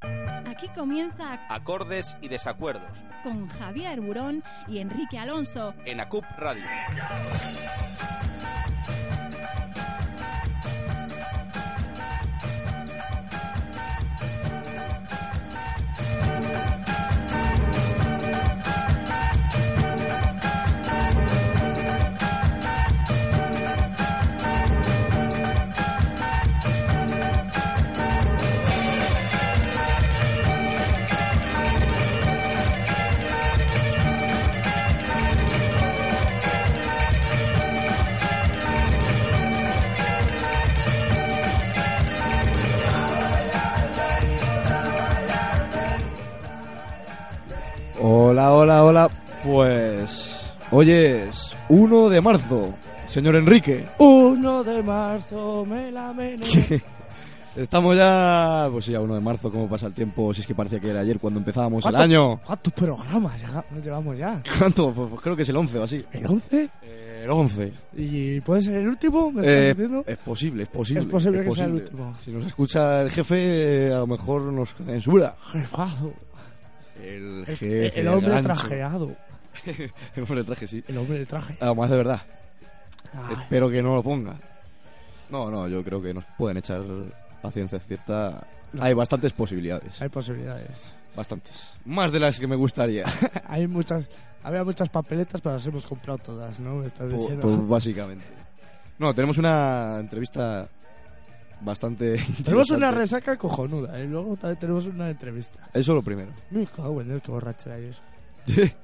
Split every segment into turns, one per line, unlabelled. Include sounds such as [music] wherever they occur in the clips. Aquí comienza
Acordes y desacuerdos
con Javier Burón y Enrique Alonso.
en ACUP Radio.
Hola, hola, hola. Pues hoy es 1 de marzo, señor Enrique. [laughs]
1 de marzo me la menos.
Estamos ya, pues sí, a 1 de marzo, cómo pasa el tiempo, si es que parecía que era ayer cuando empezábamos el año. [laughs]
¿Cuántos programas ya- llevamos ya?
¿Cuánto? Pues, pues creo que es el 11 o así.
¿El 11?
Eh, El 11.
¿Y puede ser el último? ¿Me estás
Eh,
diciendo?
es posible, es posible.
Es posible que sea el último.
Si nos escucha el jefe, eh, a lo mejor nos censura.
Jefazo.
El
El,
jefe.
el hombre ¿eh?
del gancho.
trajeado.
El hombre del traje, sí. Ah,
El hombre de traje.
Además, de verdad.
Ay,
Espero que no lo ponga. No, no, yo creo que nos pueden echar a ciencia cierta. Hay bastantes posibilidades.
hay posibilidades. [laughs]
Bastantes. Más de las que me gustaría.
Hay muchas. Había muchas papeletas, pero las hemos comprado todas, ¿no? Me estás
[laughs] Pues-
diciendo.
pues básicamente. No, tenemos una entrevista bastante.
[laughs] tenemos
interesante.
una resaca cojonuda, ¿eh? Luego también tenemos una entrevista.
Eso lo [laughs] primero.
Me cago en Dios, qué borracho era ayer.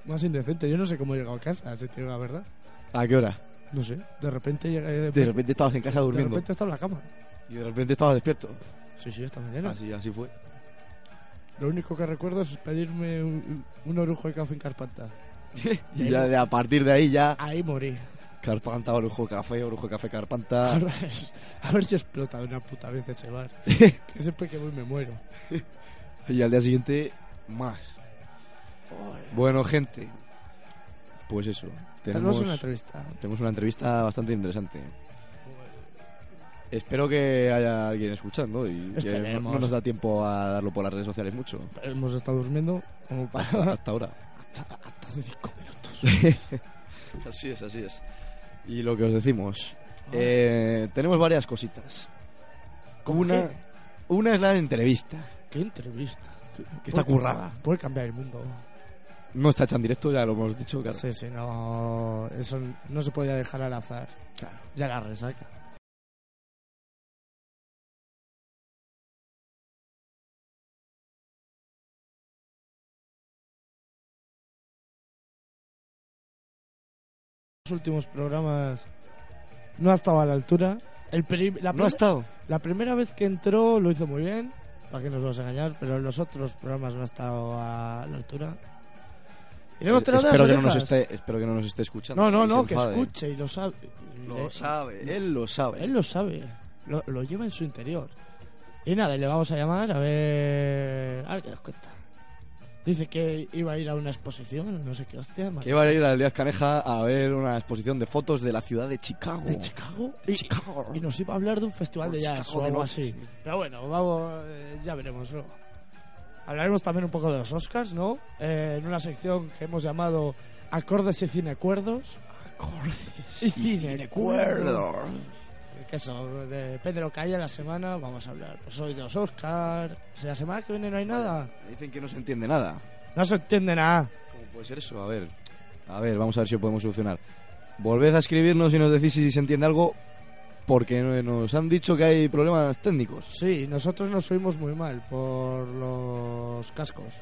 Más indecente, yo no sé cómo he llegado a casa, si te digo la verdad.
¿A qué hora?
No sé, de repente llega. eh,
De repente estabas en casa
de
durmiendo.
repente está en la cama.
Y de repente estabas despierto.
Sí, Ah, sí, esta mañana.
Así, así fue.
Lo único que recuerdo es pedirme un, un orujo de café en Carpanta.
[laughs] Y ya de- a partir de ahí ya.
Ahí morí.
Carpanta, orujo café, orujo café,
Ah.
carpanta.
a ver [laughs] si explota de una puta vez ese [laughs] bar. que siempre que voy me muero.
Y al día siguiente, más. Bueno, gente, pues eso.
Tenemos
Tenemos,
una entrevista.
tenemos una entrevista bastante interesante. Espero que haya alguien escuchando y que no-
Esperemos.
no nos da tiempo a darlo por las redes sociales mucho
Hemos estado durmiendo como
[laughs]
para
hasta ahora.
hasta hace cinco minutos. [laughs]
Así es, así es. Y lo que os decimos, eh, tenemos varias cositas. Una,
qué?
una es la entrevista,
Qué entrevista.
que está currada.
Puede cambiar el mundo.
No está hecha en directo, ya lo hemos dicho. claro.
Sí, sí, no. Eso no se podía dejar al azar. Claro. Ya la resaca. Los últimos programas no ha estado a la altura. El peri- la,
No ha
prim-
estado.
la primera vez que entró lo hizo muy bien, para que nos vamos a engañar, pero en los otros programas no ha estado a la altura. Y le hemos tirado de
espero,
las
que no nos
orejas.
esté, espero que no nos esté escuchando.
No, no,
y se
no, que
enfade.
escuche y lo sabe. Eh,
Lo sabe, él lo sabe.
Él lo sabe. Lo, lo lleva en su interior. Y nada, le vamos a llamar a ver. A ver qué nos cuenta. Dice que iba a ir a una exposición, no sé qué hostia.
Que va a ir al Díaz Caneja a ver una exposición de fotos de la ciudad de Chicago.
de Chicago. Y,
Chicago.
y nos iba a hablar de un festival de
Por
jazz
Chicago
o
de
algo
noche,
así.
sí.
Pero bueno, vamos, eh, ya veremos luego. Hablaremos también un poco de los Oscars, ¿no? Eh, en una sección que hemos llamado Acordes y Cinecuerdos.
Acordes
Y cinecuerdos.
cinecuerdos.
eh, Que eso, depende de lo que haya la semana, vamos a hablar. Pues hoy de los Oscar. Si la semana que viene no hay nada,
Dicen que no se entiende nada.
no se entiende nada.
¿Cómo puede ser eso? A ver, a ver, vamos a ver si lo podemos solucionar. Volved a escribirnos y nos decís si se entiende algo, porque nos han dicho que hay problemas técnicos.
Sí, nosotros nos subimos muy mal por los cascos.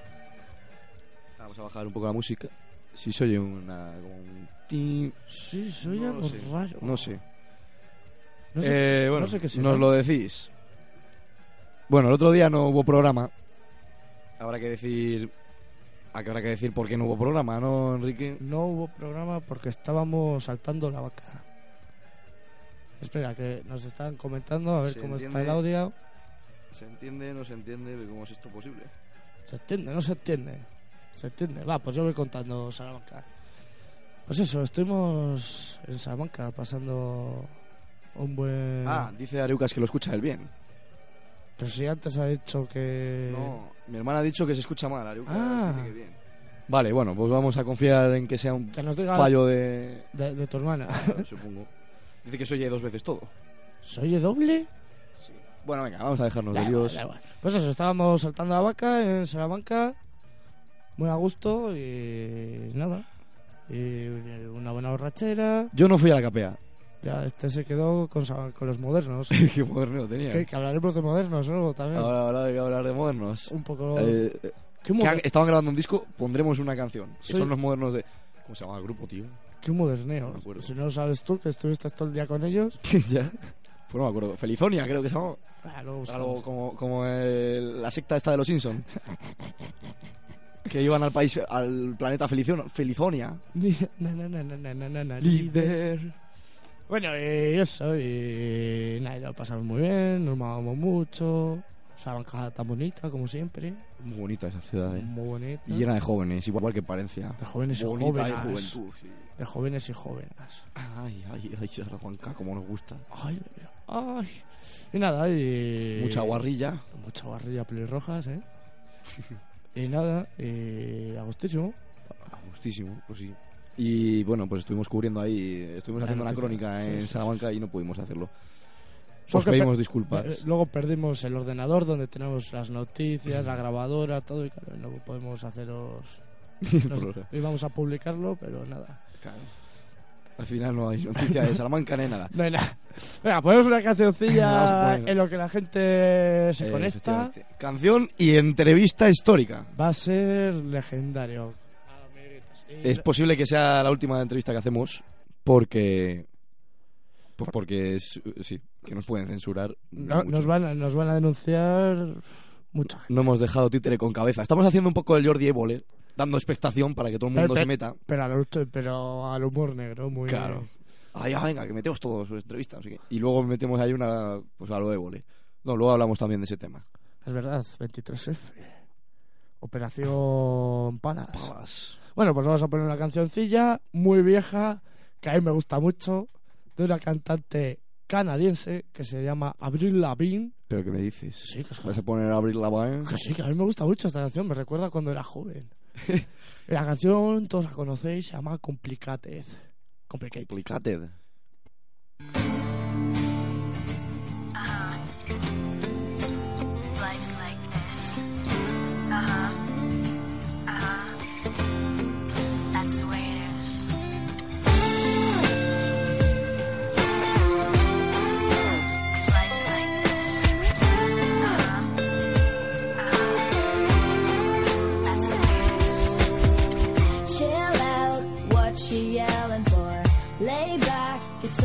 Vamos a bajar un poco la música. Si se oye una... como un tin,
Sí, soy
No lo
algo
sé.
raro.
no sé.
No sé.
Eh, bueno,
no sé qué será.
nos lo decís. Bueno, el otro día no hubo programa. Habrá que decir. Habrá que decir por qué no hubo programa, ¿no, Enrique?
No hubo programa porque estábamos saltando la vaca. Espera, que nos están comentando a ver
Se
cómo está
entiende.
el audio.
¿Se entiende? ¿No se entiende? ¿Cómo es esto posible?
¿Se entiende? ¿No se entiende? ¿Se entiende? Va, pues yo voy contando Salamanca. Pues eso, estuvimos en Salamanca pasando un buen...
Eh. Ah, dice Ariucas que lo escucha él bien.
Pero si antes ha dicho que.
No, mi hermana ha dicho que se escucha mal, Ariuca,
Ah.
dice que bien. Vale, bueno, pues vamos a confiar en que sea un
Que nos diga
fallo [laughs] de...
de, de tu hermana. [laughs]
supongo. Dice que se oye dos veces todo.
¿Se oye doble?
Bueno, venga, vamos a dejarnos
Da
de
igual,
líos.
da igual. Pues eso, estábamos saltando la vaca en Salamanca, muy a gusto y nada. Y eh, una buena borrachera.
Yo no fui a la capea. [laughs]
Ya, este se quedó con, sa- con los modernos.
Qué moderno tenía.
que, que hablaremos de modernos luego también.
Ahora, ahora hay que hablar de modernos.
Un poco.
Eh, eh,
¿Qué,
que han-
moder-
estaban grabando un disco, pondremos una canción. Que
Sí.
son los modernos de... ¿Cómo se llama el grupo,
[laughs]
tío?
qué moderneo.
No me acuerdo.
Si no lo sabes tú, que estuviste todo el día con ellos.
ya. Pues no me acuerdo. Felizonia creo que se llamaba.
Ah, luego
Algo
buscamos.
como, como el- la secta esta de los
[laughs]
Simpson que iban al país, al planeta Felicion- Felizonia.
[laughs] Na, na, na, na, na, na, na, na, líder. Bueno, y eso, y nada, y lo pasamos muy bien, nos mamamos mucho. Salamanca tan bonita como siempre,
Muy bonita esa ciudad, ¿eh?
muy bonita.
Y llena de jóvenes, igual, igual que Palencia.
de jóvenes y
Bonita de
jóvenes.
juventud, sí.
De jóvenes y jóvenes.
Ay, ay, ay, Salamanca, como nos gusta.
Ay, ay. Y nada, y.
Mucha guarrilla.
Mucha guarrilla
[laughs]
pelirrojas, eh. y nada, y. Agustísimo.
A gustísimo, pues sí. Y bueno, pues estuvimos cubriendo ahí, estuvimos
La
haciendo una
noticia.
crónica
Sí,
en
sí, sí,
Salamanca y no pudimos hacerlo.
Solo
Os
que
pedimos [laughs]
Eh,
disculpas.
Luego perdimos el ordenador donde tenemos las noticias, la grabadora, todo, y claro, no podemos haceros. nos- íbamos a publicarlo, pero nada.
Al final no hay noticia de Salamanca ni nada.
No hay nada. Venga, [laughs] ponemos una
[laughs]
cancioncilla
Vamos, bueno.
en lo que la gente se
Eh,
conecta.
efectivamente. Canción y entrevista histórica.
Va a ser legendario. Amiguitos. Y-
Es posible que sea la última entrevista que hacemos porque. pues porque es. Sí, que nos pueden censurar.
No,
mucho.
nos, van a, nos van a denunciar mucha gente.
No hemos dejado títere con cabeza. Estamos haciendo un poco el Jordi Évole, dando expectación para que todo el mundo
Pepe.
se meta.
Pero al, pero al humor negro, muy
Claro. Ay, ah, venga, que metemos todos sus entrevistas. Y luego metemos ahí una. Pues a lo Évole. No, luego hablamos también de ese tema.
Es verdad, 23F. Operación Palas.
Palas.
Bueno, pues vamos a poner una cancioncilla muy vieja, que a mí me gusta mucho, de una cantante canadiense que se llama Avril Lavigne. Pues
Pero ¿qué me dices?
Sí, que, es-
¿Vas a poner a abrir la vaina?
que sí, que a mí me gusta mucho esta canción, me recuerda cuando
[laughs]
era joven. la canción, todos la conocéis, se llama Complicated. Complicated.
Complicated.
Life's like this. Uh huh. Uh huh. That's the way it is. Cause life's like this. Uh-huh. Uh-huh. That's the way it is.
Chill out, what you yelling for? Lay back, it's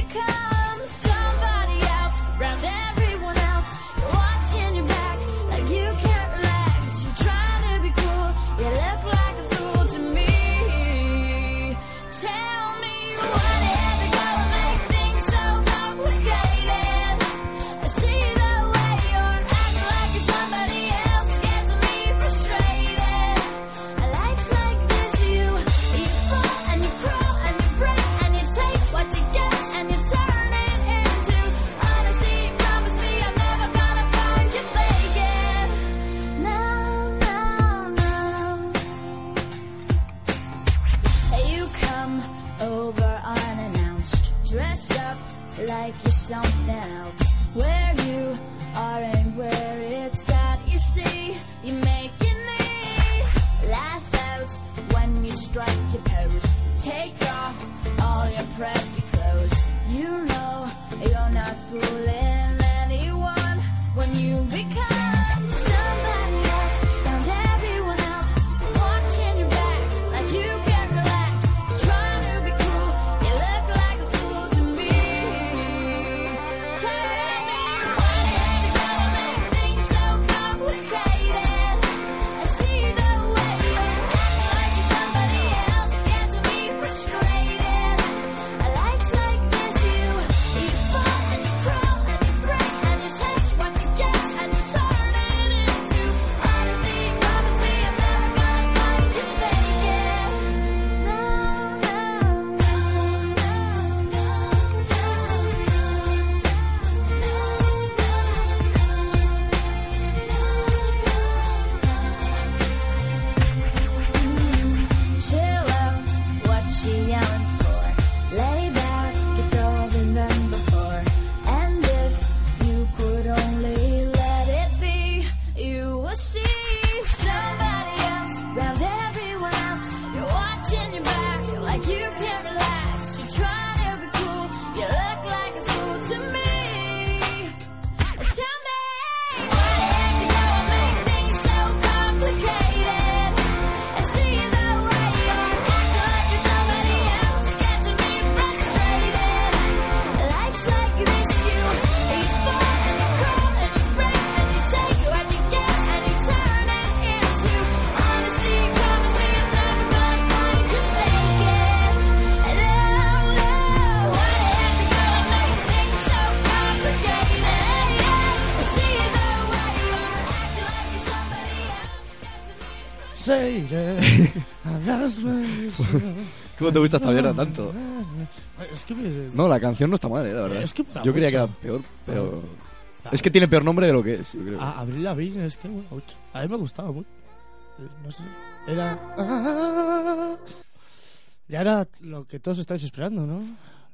become somebody else around everyone else. You're watching your back like you can't relax. You're trying to be cool, you look like a fool to me. Tell me what is it gonna make things so complicated? I see the way you're acting like you're somebody else gets me frustrated. Life's like this, you you fall and you crawl and you break and you take what you get and you turn it into honesty. Promise me I'm never gonna find you faking. No, no, no. You come over unannounced, dressed up like you're something else. Where you are and where it's at, you see, you're making me laugh out when you strike your pose. Take off all your preppy clothes. You know you're not fooling anyone when you become somebody else, found everyone else, watching your back like you can't relax. Trying to be cool, you look like a fool to me. Tell me why did you gotta make things so complicated? I see the way you're acting like you're somebody else gets me frustrated. Life's like this, you you fall
[laughs] ¿Cómo te gusta esta mierda tanto?
[laughs] Es que me-
No, la canción no está mal, eh, la verdad.
Es que mola
yo creía que
mucho. Ah,
era peor, pero... Es que tiene peor nombre de lo que es, yo creo.
A Abril Lavigne es que bueno, mucho. A mí me gustaba mucho. Eh, No sé. Era. Ya era lo que todos estáis esperando, ¿no?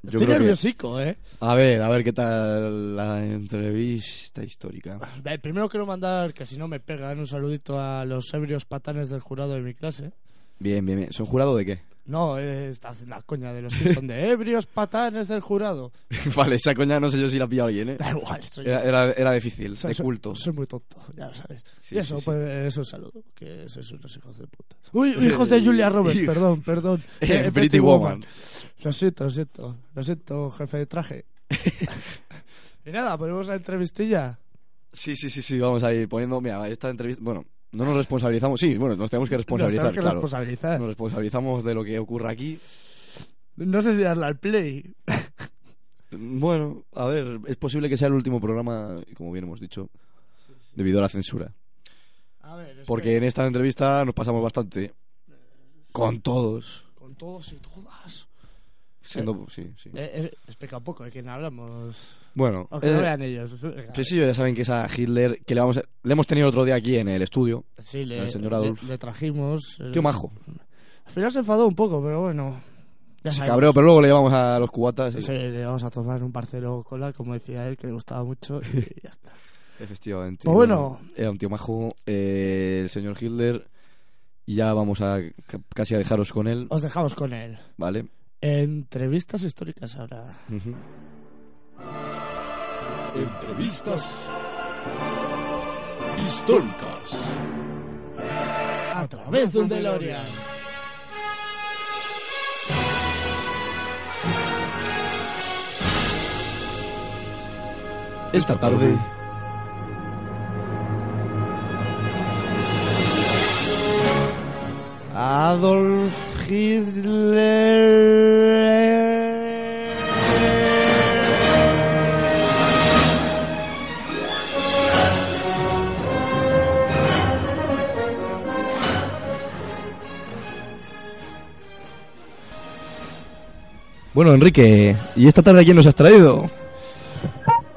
Yo
Estoy
creo que-
nerviosico, ¿eh?
A ver, a ver qué tal la entrevista histórica.
Eh, Primero quiero mandar, que si no me pegan, un saludito a los ebrios patanes del jurado de mi clase.
Bien, bien, bien. ¿Son jurado de qué? [laughs]
No, eh, está haciendo la coña de los que son de ebrios patanes del jurado.
vale, esa coña no sé yo si la ha pillado
[laughs]
alguien, eh.
Da igual, soy
Era, era, era difícil,
soy-
de
soy-
culto.
Soy muy tonto, ya lo sabes.
Sí,
y eso,
sí, sí.
pues, es un saludo, que sois unos hijos de puta. Uy, hijos de Julia Roberts, perdón,
[laughs]
perdón.
[laughs] Eh,
Eh,
Pretty Woman.
Lo siento, lo siento. Lo siento, jefe
[laughs]
de traje. y nada, ponemos la entrevistilla.
Sí, sí, sí, sí, vamos a ir poniendo... Mira, esta entrevista... Bueno, no nos responsabilizamos. Sí, bueno, nos tenemos que responsabilizar,
Nos tenemos que
claro.
responsabilizar.
Nos responsabilizamos de lo que ocurra aquí.
No sé si darle al play.
Bueno, a ver, es posible que sea el último programa, como bien hemos dicho, debido a la censura.
A ver, espera.
Porque en esta entrevista nos pasamos bastante. Con todos.
Con todos y todas.
Siendo, sí, sí.
Eh, eh, explica un poco de quién hablamos.
Bueno,
Aunque no
eh,
vean ellos. Venga,
que sí, ya saben que esa Hitler que le vamos a- le hemos tenido otro día aquí en el estudio.
Sí, le,
al señor
le-
Adolf.
le trajimos. eh,
Tío majo.
Al final se enfadó un poco, pero bueno. Ya
Se
sabemos.
cabreó, pero luego le llevamos a los cubatas. y-
Sí, le vamos a tomar un parcelo cola, como decía él, que le gustaba mucho. Y ya está.
Efectivamente.
Pues bueno.
Era un tío majo, eh, el señor Hitler. Y ya vamos a ca- casi a dejaros con él,
Os dejamos con él.
¿vale?
Entrevistas históricas ahora.
Ujú.
Entrevistas históricas.
A través de un DeLorean.
Esta tarde.
Adolf Hitler.
Bueno, Enrique, ¿y esta tarde a quién nos has traído?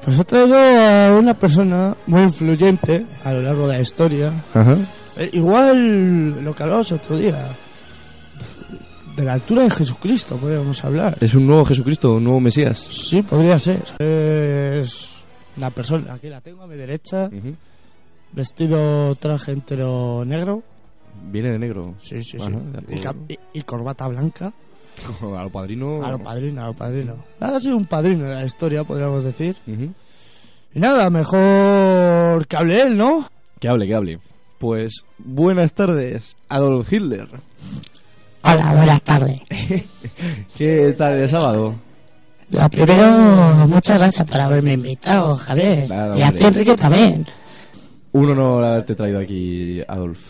Pues ha traído a una persona muy influyente a lo largo de la historia.
Ajá.
Eh, igual lo que hablamos otro día. De la altura de Jesucristo podríamos hablar.
Es un nuevo Jesucristo, un nuevo Mesías.
Sí, podría ser. Es una persona, aquí la tengo a mi derecha, vestido traje entero negro.
Viene de negro.
Sí, sí,
Ajá, de
sí. Y,
acuerdo.
cap- y- y corbata blanca.
[laughs] a lo padrino.
A lo padrino, a lo padrino. Ha sido un padrino de la historia, podríamos decir.
Ujú.
Y nada, mejor que hable él, ¿no?
Que hable, que hable. Pues buenas tardes, Adolf Hitler.
Hola, buenas tardes.
¿Qué tal el sábado?
Lo primero, muchas gracias por haberme invitado, Javier.
Nada,
y a ti,
hombre.
Enrique, también.
Un honor haberte traído aquí, Adolf.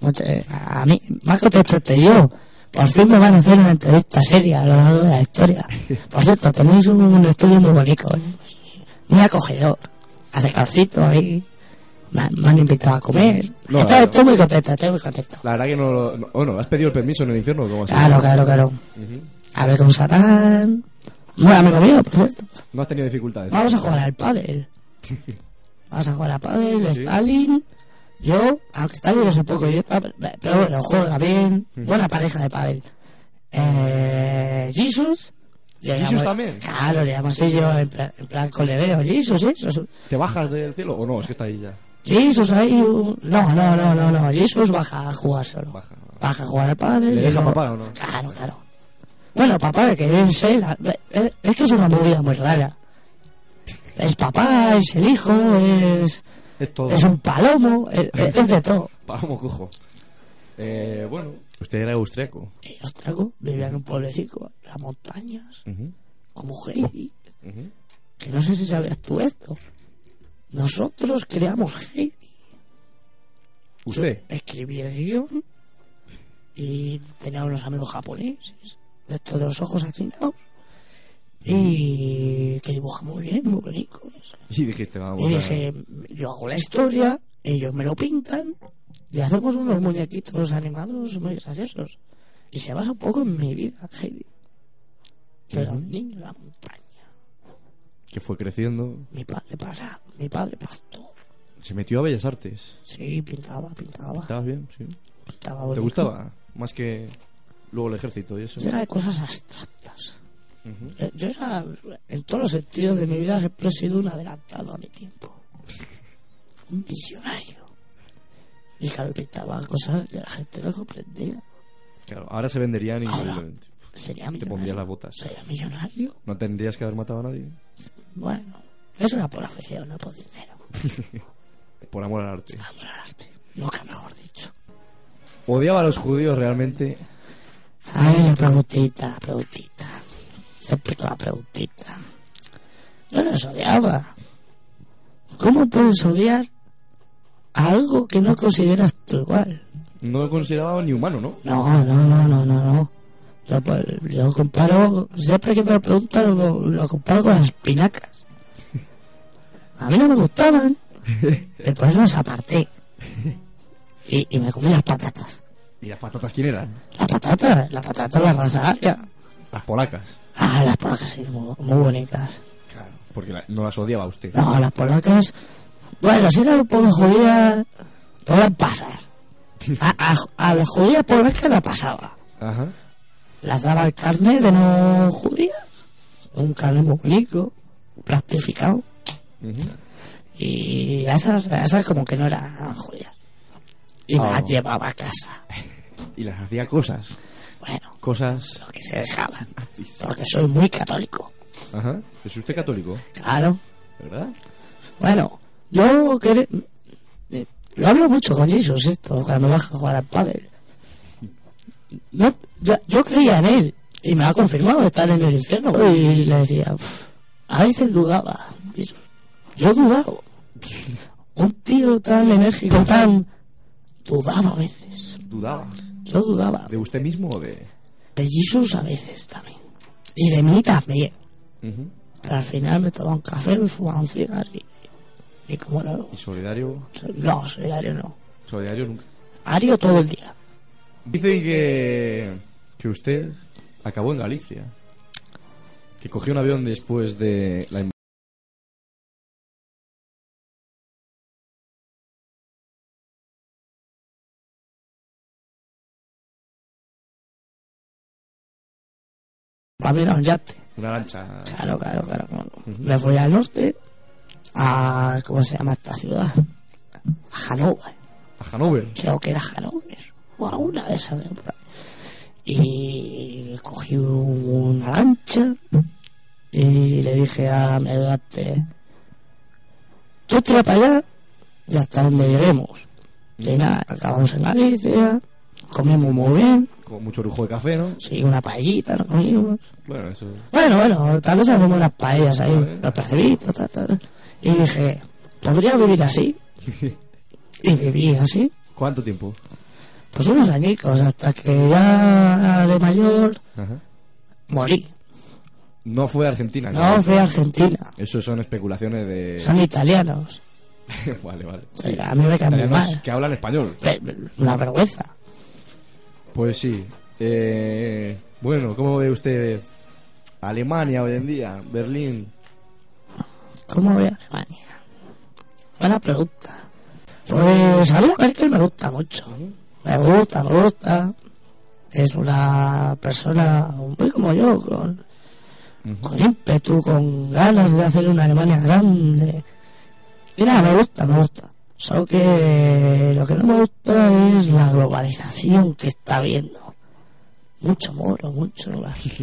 Mucha- a mí, más contestaste yo. Por fin me van a hacer una entrevista seria a lo largo de la historia. Por cierto, tenéis un, estudio muy bonito, ¿eh? muy acogedor. Hace calorcito ahí. Me, han- me han invitado a comer.
No,
estoy,
no.
estoy muy contento, estoy muy contento.
La verdad que no lo... no- bueno, ¿has pedido el permiso en el infierno o cómo ha sido?
Claro, claro, claro. A ver con Satán. Muy amigo mío, por cierto.
No has tenido dificultades.
Vamos a jugar al pádel. Vamos a jugar al pádel, Stalin, yo, aunque Stalin es un poco idiota, pero- pero bueno, juega bien, buena pareja de pádel. Eh, Jesus. le
¿Jesus
llamo-
también?
Claro, le llamo así yo, en plan, en plan colebeo, Jesus, Jesus.
¿Te bajas del cielo o no? Es que está ahí ya.
Jesus ahí, un- no, no, no, no, no, Jesus baja a jugar solo.
Baja.
Baja a jugar al pádel.
¿Le
y
deja
luego-
papá o no?
Claro, claro. Bueno, papá, que es él. eh, Es que es una movida muy rara. Es papá, es el hijo, es,
Es todo.
es un palomo, es, es- es de todo.
[laughs] Vamos, cojo. Eh, bueno. Usted era austriaco.
Y los tragos vivían en un pueblecito, en las montañas, como Heidi. Que no sé si sabías tú esto. Nosotros creamos Heidi.
¿Usted?
Escribí el guión y tenía unos amigos japoneses, de estos de los ojos achinados,
Mm.
y que dibuja muy bien, muy bonito.
Ah, Y dijiste, vamos.
Y
a-
dije, yo hago la historia, ellos me lo pintan, Y hacemos unos muñequitos animados muy graciosos. Y se basa un poco en mi vida, Heidi. Yo era un niño en la montaña.
que fue creciendo.
Mi padre pasa, mi padre pastor.
Se metió a Bellas Artes.
Sí, pintaba, pintaba.
¿Estabas bien? Sí.
pintaba
¿Te
bonito.
gustaba? Más que luego el ejército y eso.
Yo era de cosas abstractas. Yo- Yo era, en todos los sentidos de mi vida, siempre he sido un adelantado a mi tiempo. Un visionario. Y claro, pintaba cosas que la gente no comprendía.
Claro, ahora se venderían
Ahora.
increíblemente.
Sería millonario.
Te pondrías las botas.
Sería millonario.
No tendrías que haber matado a nadie.
Bueno, eso era por afición, no por dinero.
Por amor al arte.
Amor al arte. Nunca mejor dicho.
Odiaba a los judíos realmente.
Ay, la preguntita, la preguntita. Siempre con la preguntita. Yo los odiaba. ¿Cómo puedes odiar a algo que no consideras tu igual?
No lo consideraba ni humano, ¿no?
No, no, no, no, no, no. Yo, pues, yo comparo, siempre que me lo preguntan, lo, lo comparo con las espinacas. A mí no me gustaban, pero por eso las aparté. Y, y me comí las patatas.
¿Y las patatas quién eran?
La patata, la patata de la raza aria.
Las polacas.
Ah, las polacas sí, muy, muy bonitas.
Claro. Porque la- no las odiaba usted.
No, las polacas, bueno, si eran un poco judías, podían pasar. A, a, a la judía polaca la pasaba.
Ajá.
las daba el carne de no judías, un carne muy rico, plastificado,
Ujú.
y a esas, a esas como que no eran judías. Y
Ah.
las llevaba a casa.
Y las hacía cosas.
Bueno,
Cosas.
lo que se dejaban, porque soy muy católico,
Ajá. ¿Es usted católico?
claro.
¿Verdad?
Bueno, yo que lo hablo mucho con Jesús esto, cuando baja a jugar al pádel. No, yo, yo creía en él y me ha confirmado estar en el infierno y le decía, "Uf, a veces dudaba. Jesús. Yo dudaba. Un tío tan enérgico, tan dudaba a veces.
Dudaba.
Yo dudaba
¿De usted mismo o de.?
de Jesús a veces también y de mí también.
Ujú.
Pero al final me tomaba un café, me fumaba un cigarro y, y como era
¿Y solidario?
no, solidario no.
Solidario nunca.
Ario todo el día.
Dicen que. que usted acabó en Galicia. Que cogió un avión después de la. inv-
Para mí era un yate.
Una lancha.
Claro, claro, claro. claro. Me fui al norte, a. ¿Cómo se llama esta ciudad? A Hanover.
A Hanover.
Creo que era Hanover. O a una de esas. de por ahí. Y cogí una lancha y le dije a mi ayudante: Tú tira para allá y hasta donde lleguemos. Y nada, acabamos en Galicia, comimos muy bien,
Con mucho lujo de café, ¿no?
sí, una paellita, nos comimos.
Bueno, eso.
Bueno, bueno, tal vez hacemos unas paellas ahí, los perritos, tal, tal, tal. Y dije, ¿podría vivir así? Y viví así,
¿Cuánto tiempo?
pues unos añicos, hasta que ya de mayor
Ajá.
morí.
No fue a Argentina,
No fui a Argentina,
Eso son especulaciones de.
son italianos.
[laughs] vale, vale.
O sea, a mí me cae muy
Italianos
mal.
que hablan español.
Pe- Una vergüenza.
Pues sí. Eh, bueno, ¿cómo ve usted Alemania hoy en día? Berlín.
¿Cómo voy a Alemania? Buena pregunta. Pues a mí la Merkel me gusta mucho. Me gusta, me gusta. Es una persona muy como yo, con, con ímpetu, con ganas de hacer una Alemania grande. Y nada, me gusta, me gusta. Solo que lo que no me gusta es la globalización que está habiendo. Mucho moro, mucho,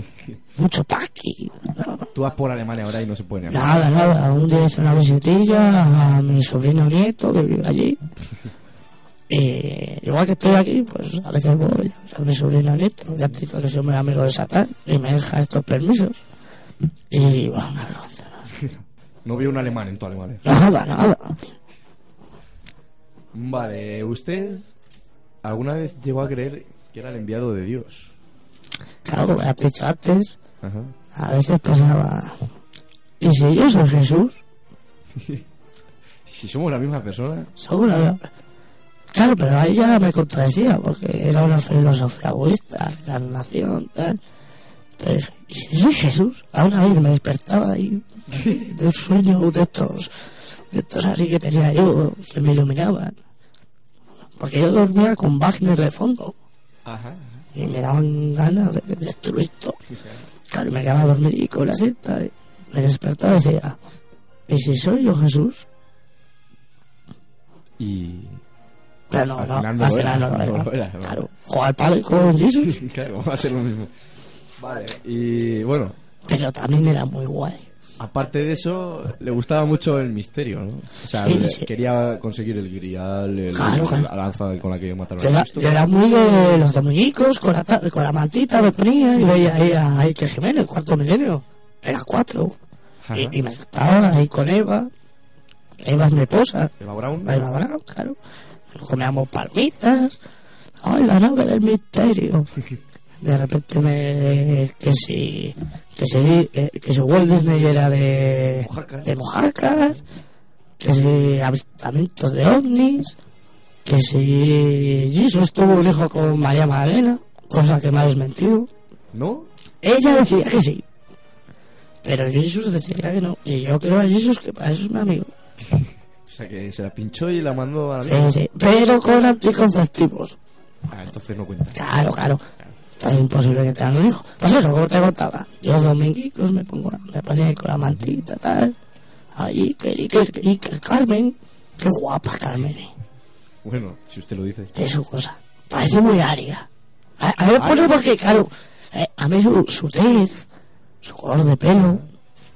[laughs] mucho paqui. No, no.
Tú vas por Alemania ahora y no se puede ni hablar.
Nada, nada. Un día hice una visitilla a mi sobrino nieto que vive allí. Eh, igual que estoy aquí, pues a veces voy a ver a mi sobrino nieto, que ha dicho que soy muy amigo de Satán, y me deja estos permisos. Y bueno, una vergüenza.
No veo un alemán en tu Alemania.
no, Nada, nada.
Vale, ¿usted alguna vez llegó a creer que era el enviado de Dios?
Claro, como ya te he dicho antes,
Ajá.
a veces pensaba, ¿y si yo soy Jesús?
Si somos la misma persona,
Seguro. ¿eh? Claro, pero ahí ya me contradecía, porque era una filosofía budista, la nación, tal. Pero si soy Jesús, a una vez me despertaba ahí de un sueño de estos, de estos así que tenía yo, que me iluminaban. Porque yo dormía con Wagner de fondo. Y me daban ganas de de destruir todo. Claro, me quedaba a dormir y con la siesta. y Me despertaba y decía, ¿y si soy yo Jesús?
Y.
Pero no,
Al
no,
final no
al
lo
final
era,
no,
[laughs] no
lo
lo
era.
era, no.
Claro, jugar al padre con Jesús,
[laughs] claro, va a ser lo mismo. Vale, y bueno,
pero también era muy guay.
aparte de eso, le gustaba mucho el misterio, ¿no? O sea,
Sí,
le-
sí.
quería conseguir el grial, el-
Claro, claro. eh,
la lanza con la que mataron
Yo
a
era,
Cristo.
yo era muy de los de muñecos, con la, ta- con la mantita me ponía y veía ahí a a Ike Jiménez, cuarto milenio. Era cuatro.
Ajá.
Y, y me encantaba ahí con Eva. Eva es mi esposa.
Eva Braun.
Eva Brown, claro. Nos comíamos palmitas. ¡Ay, la nave del misterio! De repente me... Que si... Que si, que, que si Walt Disney era de... De Mojácar. Que si avistamientos de ovnis. Que si Jesús tuvo un hijo con María Magdalena. Cosa que me ha desmentido.
¿No?
Ella decía que sí. Pero Jesús decía que no. Y yo creo a Jesús que para eso es mi amigo.
O sea, que se la pinchó y la mandó a... la
Sí, sí. Pero con anticonceptivos.
Ah, entonces no cuenta.
Claro, claro. Es imposible que te hagan un hijo. Pues eso, como te contaba. Yo los dominguicos me, pongo, me ponía ahí con la mantita, tal. Ahí, que Iker, Iker, Carmen. Qué guapa Carmen, eh.
Bueno, si usted lo dice.
De su cosa. Parece muy aria. A, a mí me pone porque, claro, eh, a mí su, su tez, su color de pelo,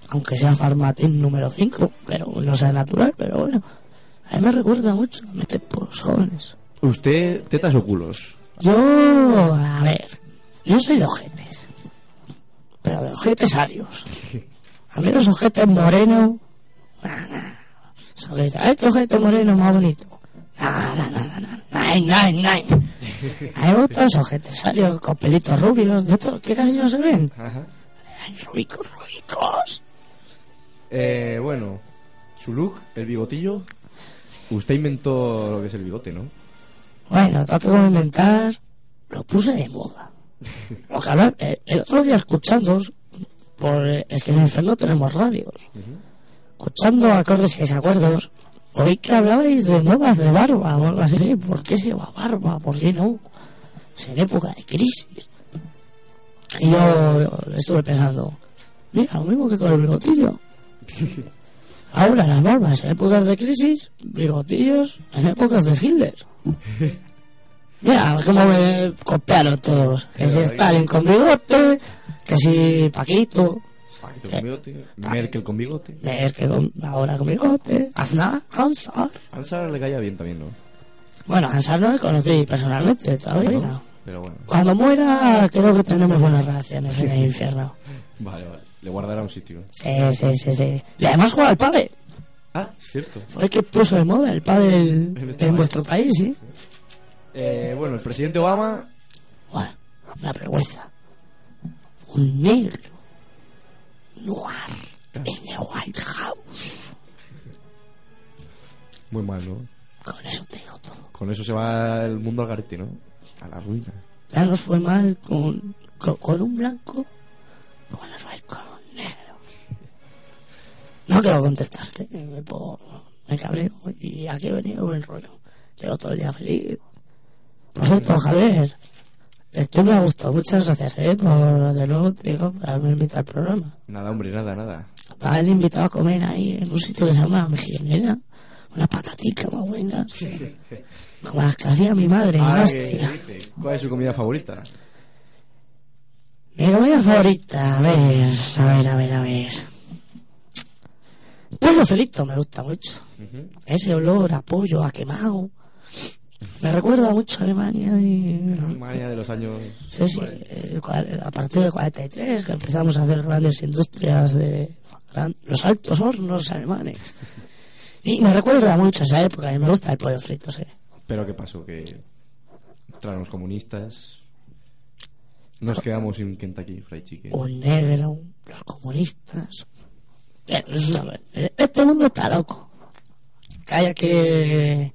aunque sea Farmatín número 5, pero no sea natural, pero bueno. A mí me recuerda mucho a mis tiempos jóvenes.
¿Usted tetas o culos?
Yo, a ver, yo soy de ojetes, pero de ojetes arios. A mí los ojetes moreno, se le dice, ¡ay, qué ojete moreno más bonito! No, no, no, no, no, nein, nein, nein. A mí me gustan los ojetes arios con pelitos rubios, de estos que casi no se ven. Ay, rubicos, rubicos.
Eh, bueno, su look, el bigotillo. Usted inventó lo que es el bigote, ¿no?
Bueno, trato de inventar. Lo puse de moda. Lo que hablar, el, el otro día escuchando, por, eh, es que en el infierno tenemos radios. Escuchando acordes y desacuerdos, oí que hablabais de modas de barba o algo así. ¿Por qué se va barba? ¿Por qué no? Es en época de crisis. Y yo, yo estuve pensando, mira, lo mismo que con el bigotillo. Ahora las barbas en épocas de crisis, bigotillos en épocas de Hitler. Mira, cómo me copiaron todos. Que si Stalin con bigote, que si Paquito,
Paquito con bigote. Merkel con bigote.
Merkel con- ahora con bigote, Aznar, Ansar.
Ansar le caía bien también, ¿no?
Bueno, Ansar no le conocí personalmente de toda la vida.
Pero bueno,
Cuando muera, creo que tenemos buenas relaciones en el infierno.
vale, vale. Le guardará un sitio.
Sí, sí, sí, sí. Y además juega al padre.
Ah, cierto.
Fue el que puso de moda el padre en vuestro país, ¿sí?
Eh, bueno, el presidente Obama.
Buah, una vergüenza. Un negro. Noir. En el White House.
Muy mal, ¿no?
Con eso te digo todo.
Con eso se va el mundo al garete, ¿no? A la ruina.
Ya nos fue mal con, con, con un blanco. Bueno, nos va a ir con un negro. No quiero contestar. que me, po- me cabreo. Y aquí he venido buen rollo. Llevo todo el día feliz. Por cierto, Javier. Esto me ha gustado. Muchas gracias, ¿eh? Por, de nuevo, te digo, por haberme invitado al programa.
Nada, hombre, nada, nada.
Me han invitado a comer ahí en un sitio que se llama Mejillonera. Unas pataticas más buenas. Como las que hacía mi madre. en
Ahora que
Bastia.
dice, ¿cuál es su comida favorita?
Mi comida favorita. A ver, a ver, a ver, a ver. Pollo frito me gusta mucho. Ese olor a pollo, a quemado. Me recuerda mucho a Alemania y...
Alemania de los años.
Sí, sí, eh, cual- a partir de 43 que empezamos a hacer grandes industrias de gran- los altos hornos alemanes. Y me recuerda mucho a esa época, y me gusta el pollo frito, sí.
Pero ¿qué pasó? Que entraron los comunistas. Nos quedamos sin Kentucky Fried Chicken.
Un negro, los comunistas. Eh, es una- eh, Este mundo está loco. Que haya que...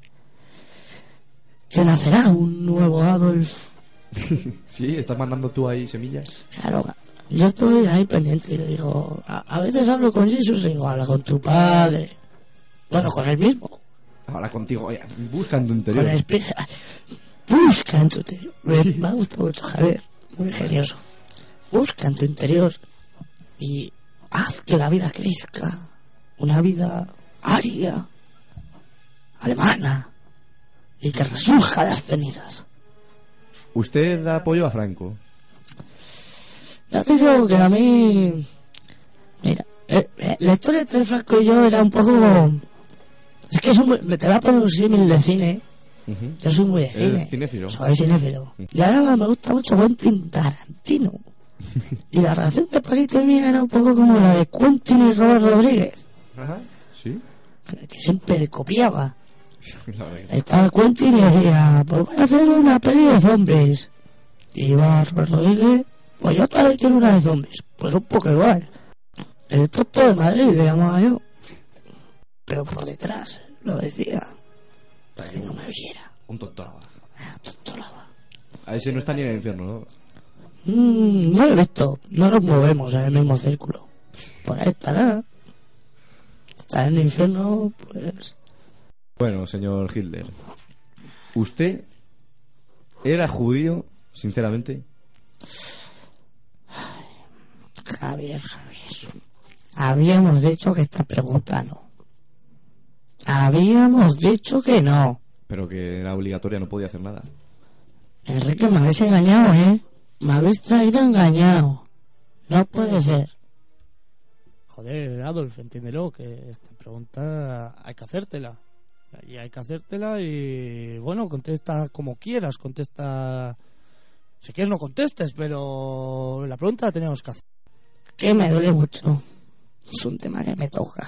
que nacerá un nuevo Adolf.
Sí, estás mandando tú ahí semillas.
Claro, yo estoy ahí pendiente y le digo, a, a veces hablo con Jesús y le digo, habla con tu padre. Bueno, con él mismo.
Ahora contigo, oye, busca en tu interior.
Con el espí- Busca en tu interior. Me, me ha gustado mucho, Javier. Muy ingenioso. Busca en tu interior y haz que la vida crezca. Una vida aria, alemana, y que resurja de las cenizas.
Usted da apoyo a Franco.
Ya te digo que a mí. Mira, eh, eh, la historia entre Franco y yo era un poco. Es que es un- me te la pongo un símil de cine.
Ujú.
Yo soy muy de
Eres
cine.
cinéfilo.
Soy cinéfilo. Y ahora me gusta mucho
[laughs]
Quentin Tarantino. Y la relación de Paquito y mía era un poco como la de Quentin y Robert Rodríguez,
¿Sí?
que que siempre le copiaba.
La verdad que-
Estaba Quentin y decía, pues voy a hacer una peli de zombies. Y iba Robert Rodríguez, pues yo también quiero una de zombies. Pues un poco igual. El tonto de Madrid le llamaba yo. Pero por detrás lo decía. Para que no me oyera.
Un tontoraba.
Ah, tonto lava.
A ese no está ni en el infierno,
Mm, no lo he visto. No nos movemos en el mismo círculo. Por ahí estará. Estará en el infierno, pues...
Bueno, señor Hitler. ¿Usted era judío, sinceramente?
Javier, Javier. Habíamos dicho que esta pregunta no. Habíamos dicho que no.
Pero que era obligatoria, no podía hacer nada.
Enrique, me habéis engañado, ¿eh? Me habéis traído engañado. No puede ser.
Joder, Adolf, entiéndelo, que esta pregunta hay que hacértela. Y hay que hacértela y, bueno, contesta como quieras, contesta... Si quieres no contestes, pero la pregunta la teníamos que hacer.
Que me duele mucho. Es un tema que me toca.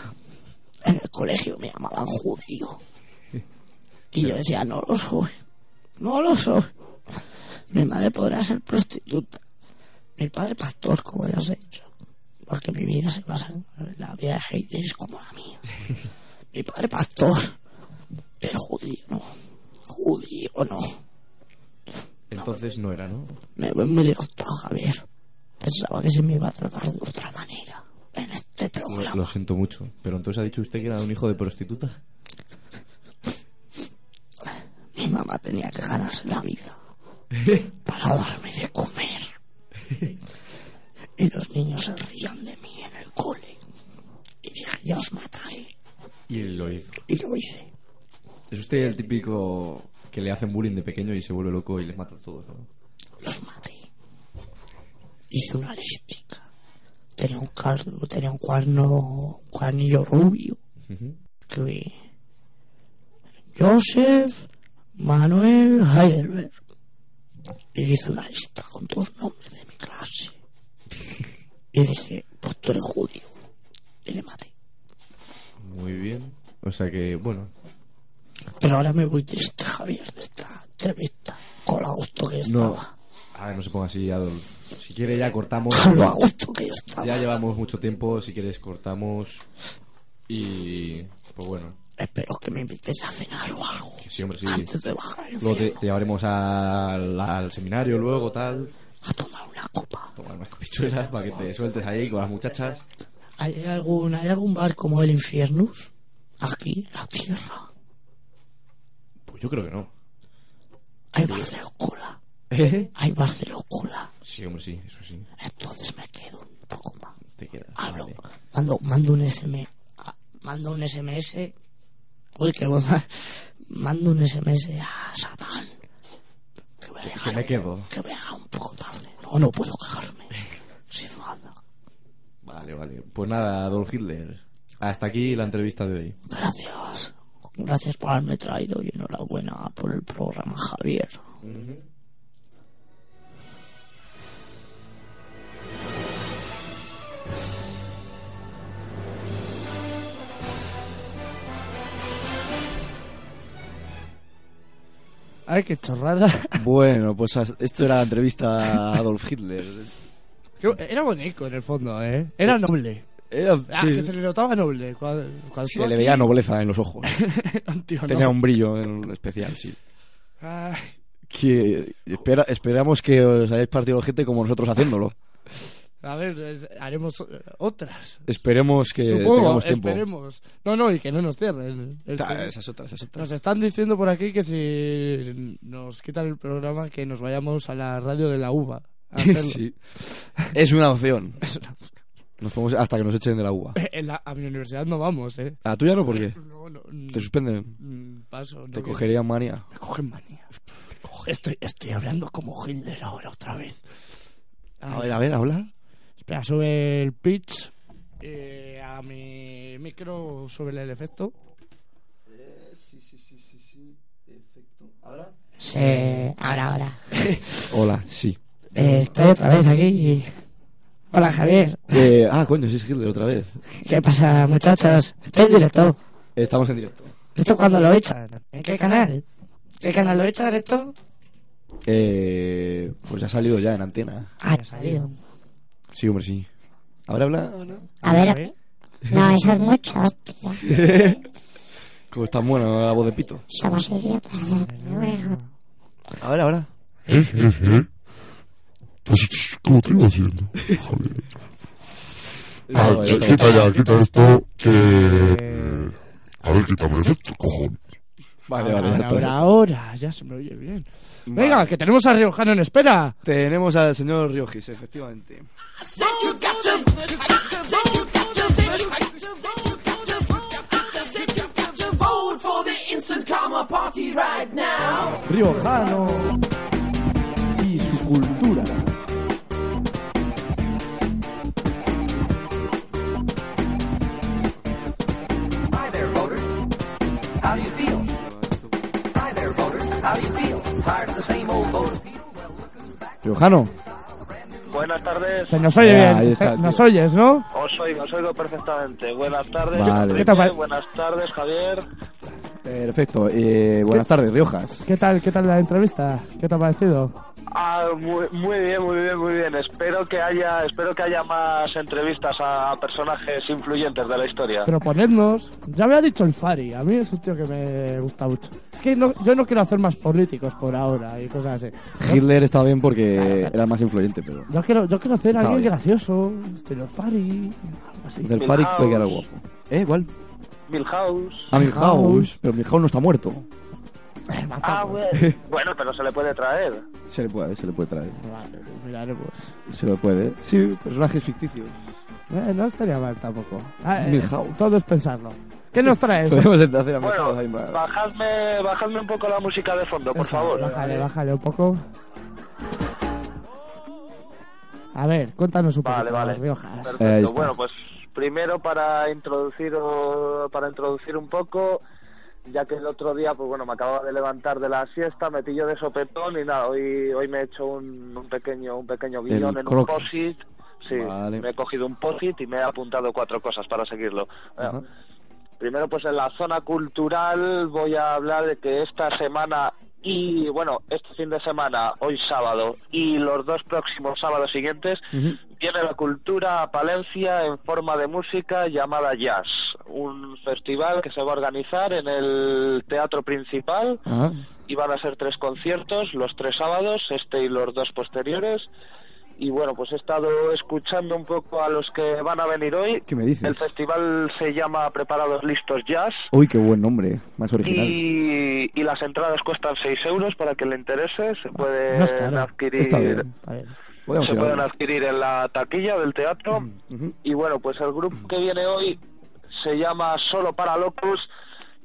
En el colegio me llamaban judío. Y yo decía, no lo soy. No lo soy. Mi madre podrá ser prostituta. Mi padre pastor, como ya os he dicho. Porque mi vida se basa en la vida de Heidegger como la mía. Mi padre pastor. Pero judío no. Judío no.
Entonces no era, ¿no?
Me voy muy disgustado, Javier. Pensaba que se me iba a tratar de otra manera. En este programa.
Lo siento mucho. Pero entonces ha dicho usted que era un hijo de prostituta.
Mi mamá tenía que ganarse la vida para darme de comer. Y los niños se reían de mí en el cole. Y dije, ya os mataré.
Y él lo hizo.
Y lo hice.
Es usted el típico que le hacen bullying de pequeño y se vuelve loco y les mata a todos, ¿no?
Los maté. Hice una listica. Tenía un, carno, tenía un cuerno, un cuernillo rubio. Escribí Joseph Manuel Heidelberg. Y hice una lista con todos los nombres de mi clase. Y dije, pues tú eres judío. Y le maté.
Muy bien. O sea que, bueno,
Pero ahora me voy triste, Javier, de esta entrevista. Con lo a gusto que yo
No.
estaba.
a ver, no se ponga así, Adolf. Si quiere ya cortamos.
Con lo a gusto que yo estaba.
Ya llevamos mucho tiempo, si quieres cortamos. Y... Pues bueno,
Espero que me invites a cenar o algo.
que sí, hombre, sí.
Antes de bajar el
Luego te,
infierno,
te llevaremos al, al seminario, luego tal.
a tomar una copa.
Tomar unas copichuelas para que te sueltes ahí con las muchachas.
¿Hay algún, ¿Hay algún bar como el Infiernus? Aquí, en la tierra.
Pues yo creo que no.
Hay bar de Ocula.
¿Eh?
Hay bar de Ocula.
Sí, hombre, sí, eso sí.
Entonces me quedo un poco más.
Te quedas.
Hablo.
vale.
Mando, mando un SMS. a- Mando un SMS. Uy, qué boda. Mando un SMS a Satán. Que voy a
Que
llegar-
me quedo.
que voy a llegar un poco tarde. No, no puedo quejarme. Sin nada.
Vale, vale. Pues nada, Adolf Hitler. Hasta aquí la entrevista de hoy.
Gracias. Gracias por haberme traído y enhorabuena por el programa, Javier.
Ay, qué chorrada. [laughs]
Bueno, pues as- esto era la entrevista a Adolf Hitler.
Que Era bonito en el fondo, ¿eh? Era noble.
Era,
Ah,
sí,
que se le notaba noble. Cuando, cuando [laughs]
se le veía nobleza en los ojos.
un tío
Tenía
noble.
un brillo en- especial, sí. Que espera, esperamos que os hayáis partido el gente como nosotros haciéndolo.
A ver, es- haremos eh, otras.
Esperemos que
Supongo,
tengamos tiempo.
esperemos. No, no, y que no nos cierren. El-
Ta- esas otras, esas otras.
Nos están diciendo por aquí que si nos quitan el programa, que nos vayamos a la radio de la uva.
[laughs]
a hacerlo.
Sí. Es una opción.
Es una-
Nos podemos- hasta que nos echen de la uva.
En la- a mi universidad no vamos, ¿eh?
¿A tuya no? ¿Por qué?
No, no,
Te suspenden.
mm, Paso. no
Te
quiero.
cogerían manía.
Me cogen manía. Estoy, estoy hablando como Hitler ahora otra vez.
A ver, a ver, habla.
Espera, sube el pitch. Eh, a mi micro sube el efecto.
Se... Ahora, ahora.
Hola, sí.
Eh, estoy otra vez aquí. y- Hola, Javier.
Eh, ah, coño, sí es Hitler otra vez.
¿Qué pasa, muchachos? Estoy en directo.
Estamos en directo.
¿Esto cuándo lo echan? ¿En qué canal? ¿Qué canal lo echan esto?
Eh, pues ha salido ya en antena.
Ah, no ha salido.
Sí, hombre, sí. ¿Ahora habla?
A ver, no, eso es mucho, hostia.
Como está bueno la voz de Pito.
Somos idiotas. Pero bueno.
Ahora, ahora. eh,
Pues, ¿cómo te iba haciendo? Joder.
[laughs]
Ah,
Ahora, ya
eh,
está.
quita ya, quita esto, que... eh, A ver, quítame esto, cojones.
Vale, vale, ya
ahora,
está.
ahora, ahora, ya se me oye bien. Venga, que tenemos a Riojano en espera.
Tenemos al señor Riojis, efectivamente.
Riojano y su cultura.
Riojano.
Buenas tardes,
Se nos oye
Ya,
bien.
ahí está,
Se- nos
tío.
oyes, ¿no?
os oigo, os oigo perfectamente. Buenas tardes,
Vale.
Enrique,
¿Qué
te parece?
buenas tardes, Javier.
Perfecto. Eh, buenas tardes, Riojas.
¿Qué tal, qué tal la entrevista? ¿Qué te ha parecido?
Ah, muy, muy bien, muy bien, muy bien. Espero que haya, espero que haya más entrevistas a, a personajes influyentes de la historia.
Proponednos. Ya me ha dicho el Fari. A mí es un tío que me gusta mucho. Es que no- yo no quiero hacer más políticos por ahora y cosas así.
Hitler estaba bien porque era más influyente, pero...
Yo quiero, yo quiero hacer a
Está
alguien
bien.
gracioso, estilo Fari, algo así.
Del Farik puede quedar guapo. Eh, igual.
Milhouse.
A Milhouse. Pero Milhouse no está muerto.
Eh, matamos.
Ah, bueno. bueno, pero se le puede traer.
Se le puede, se le puede traer.
Vale, pues miraremos.
Se le puede. Sí, personajes [laughs] ficticios.
Eh, no estaría mal tampoco. Ah, eh,
Milhouse.
todo es pensarlo. ¿Qué
[laughs]
nos traes?
Podemos hacer a Milhouse ahí
Bueno,
más.
bajadme, bajadme un poco la música de fondo, por
Eso,
favor. eh,
Bájale, bájale un poco. A ver, cuéntanos un poco.
Vale, vale.
Riojas.
Ahí
Perfecto.
está.
Bueno, pues primero para introducir o- para introducir un poco, ya que el otro día, pues bueno, me acababa de levantar de la siesta, me pillo de sopetón y nada, hoy, hoy me he hecho un, un pequeño, un pequeño guión en
croquis.
un posit. Sí,
Vale.
me he cogido un posit y me he apuntado cuatro cosas para seguirlo. Bueno,
Ajá.
Primero, pues en la zona cultural voy a hablar de que esta semana y, bueno, este fin de semana, hoy sábado, y los dos próximos sábados siguientes, viene la cultura a Palencia en forma de música llamada Jazz. Un festival que se va a organizar en el teatro principal
Ajá.
y van a ser tres conciertos, los tres sábados, este y los dos posteriores. Y bueno, pues he estado escuchando un poco a los que van a venir hoy.
¿Qué me dices?
El festival se llama Preparados Listos Jazz
Uy, qué buen nombre. Más original.
y, y las entradas cuestan 6 euros para que le interese. Se pueden
No es caro.
Está
adquirir,
bien.
A ver.
Podemos
se
ir a
pueden
ver.
adquirir en la taquilla del teatro.
Ujú.
Y bueno, pues el grupo que viene hoy se llama Solo para Locus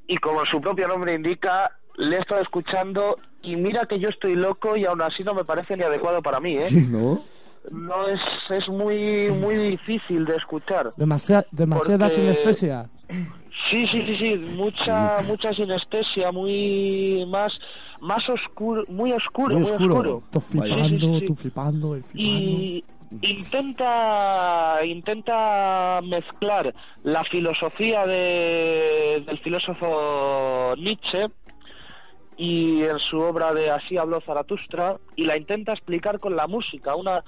y como su propio nombre indica, le he estado escuchando y mira que yo estoy loco y aún así no me parece ni adecuado para mí, ¿eh?
Sí, ¿no?
No es, es muy, muy difícil de escuchar.
Demasiada, demasiada
Porque-
sinestesia.
Sí, sí, sí, sí, mucha, mucha sinestesia, muy más, más oscuro, muy oscuro,
Muy
muy
oscuro.
oscuro.
Tú
Vaya.
flipando,
Sí, sí, sí, sí.
tú flipando, el flipando.
y intenta intenta mezclar la filosofía de- del filósofo Nietzsche y en su obra de Así habló Zaratustra y la intenta explicar con la música una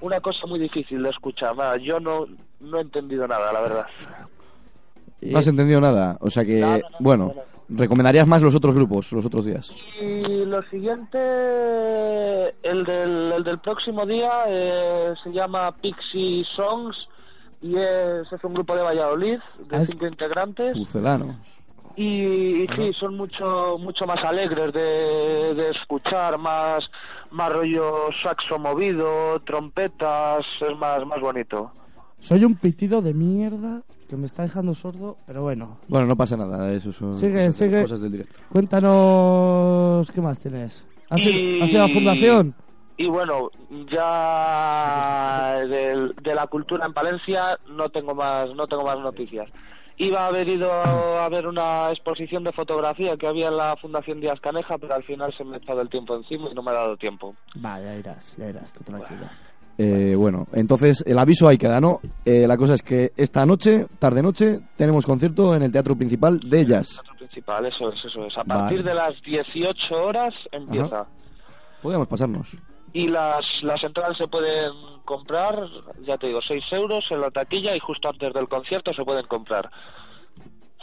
una cosa muy difícil de escuchar nada, yo no no he entendido nada la verdad
No has entendido nada. O sea que,
No, no, no,
bueno,
no,
¿Recomendarías más los otros grupos, los otros días?
Y lo siguiente, el del, el del próximo día, eh, se llama Pixie Songs y es, es un grupo de Valladolid, de
Ah, es-
cinco integrantes.
Pucelano.
Y, y sí, son mucho mucho más alegres de, de escuchar, más, más rollo saxo movido, trompetas, es más, más bonito.
Soy un pitido de mierda que me está dejando sordo, pero bueno.
Bueno, no pasa nada, eso son
Sigue,
cosas, de-
sigue.
cosas del directo.
Cuéntanos qué más tienes. ¿Has
Y-
ido- has ido a la fundación?
Y bueno, ya del- de, la cultura en Palencia no tengo más no tengo más noticias. Iba a haber ido a ver una exposición de fotografía que había en la Fundación Díaz Caneja, pero al final se me ha echado el tiempo encima y no me ha dado tiempo.
Vale, ya irás, ya irás, tú tranquilo.
Eh, bueno, entonces el aviso ahí queda, ¿no? Eh, la cosa es que esta noche, tarde-noche, tenemos concierto en el teatro principal de Jazz.
Principal, eso es, eso es. A
Vale.
partir de las 18 horas empieza.
Podríamos pasarnos.
Y las, las entradas se pueden comprar, ya te digo, 6 euros en la taquilla y justo antes del concierto se pueden comprar.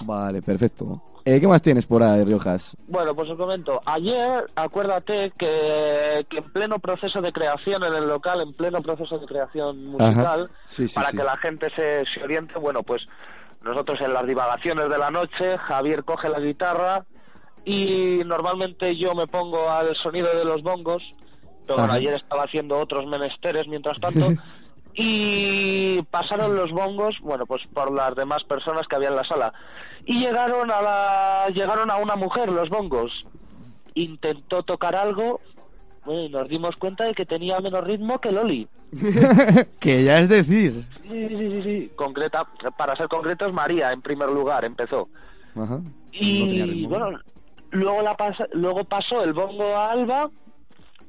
Vale, perfecto. Eh, ¿Qué más tienes por ahí, Riojas?
Bueno, pues os comento. Ayer, acuérdate que, que en pleno proceso de creación en el local, en pleno proceso de creación musical,
Sí, sí,
para
sí.
que la gente se, se oriente, bueno, pues nosotros en las divagaciones de la noche, Javier coge la guitarra y normalmente yo me pongo al sonido de los bongos, pero bueno,
Ajá.
ayer estaba haciendo otros menesteres mientras tanto.
[laughs]
Y pasaron los bongos, bueno, pues por las demás personas que había en la sala. Y llegaron a la, llegaron a una mujer, los bongos. Intentó tocar algo, bueno, y nos dimos cuenta de que tenía menos ritmo que Loli.
Que ya es decir.
Sí, sí, sí, sí. Concreta, para ser concretos, María en primer lugar empezó.
Ajá. No tenía
Y
ritmo.
bueno, luego, la pasa- luego pasó el bongo a Alba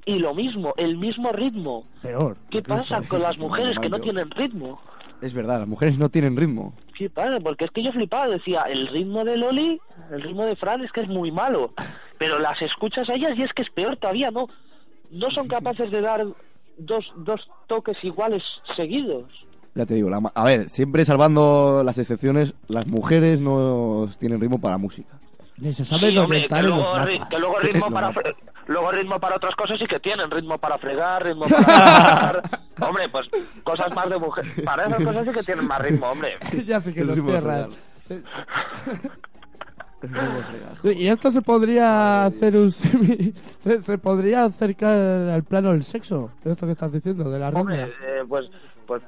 y lo mismo, el mismo ritmo.
Peor.
¿Qué
incluso.
pasa con las mujeres que no
Normal, yo.
tienen ritmo?
Es verdad, las mujeres no tienen ritmo.
Sí, padre, porque es que yo flipaba, decía, el ritmo de Loli, el ritmo de Fran es que es muy malo, pero las escuchas a ellas y es que es peor todavía, ¿no? No son capaces de dar dos, dos toques iguales seguidos.
Ya te digo, la ma- a ver, siempre salvando las excepciones, las mujeres no tienen ritmo para la [laughs] música.
Ni se sabe
Sí,
dónde
hombre,
están
que
en los
luego, ri-
mapas. [laughs]
que luego ritmo
Los
para
mapas.
fre- luego ritmo para otras cosas sí que tienen ritmo para fregar
[laughs]
ritmo para fregar. hombre pues cosas más de mujer para esas cosas sí que tienen más ritmo hombre
[laughs] ya sé que
El
los
ritmo de
cierras. [laughs]
[laughs]
Y esto se podría hacer un semi- [laughs] se, se podría acercar al plano del sexo, de esto que estás diciendo, de la
hombre
ronda.
eh, pues pues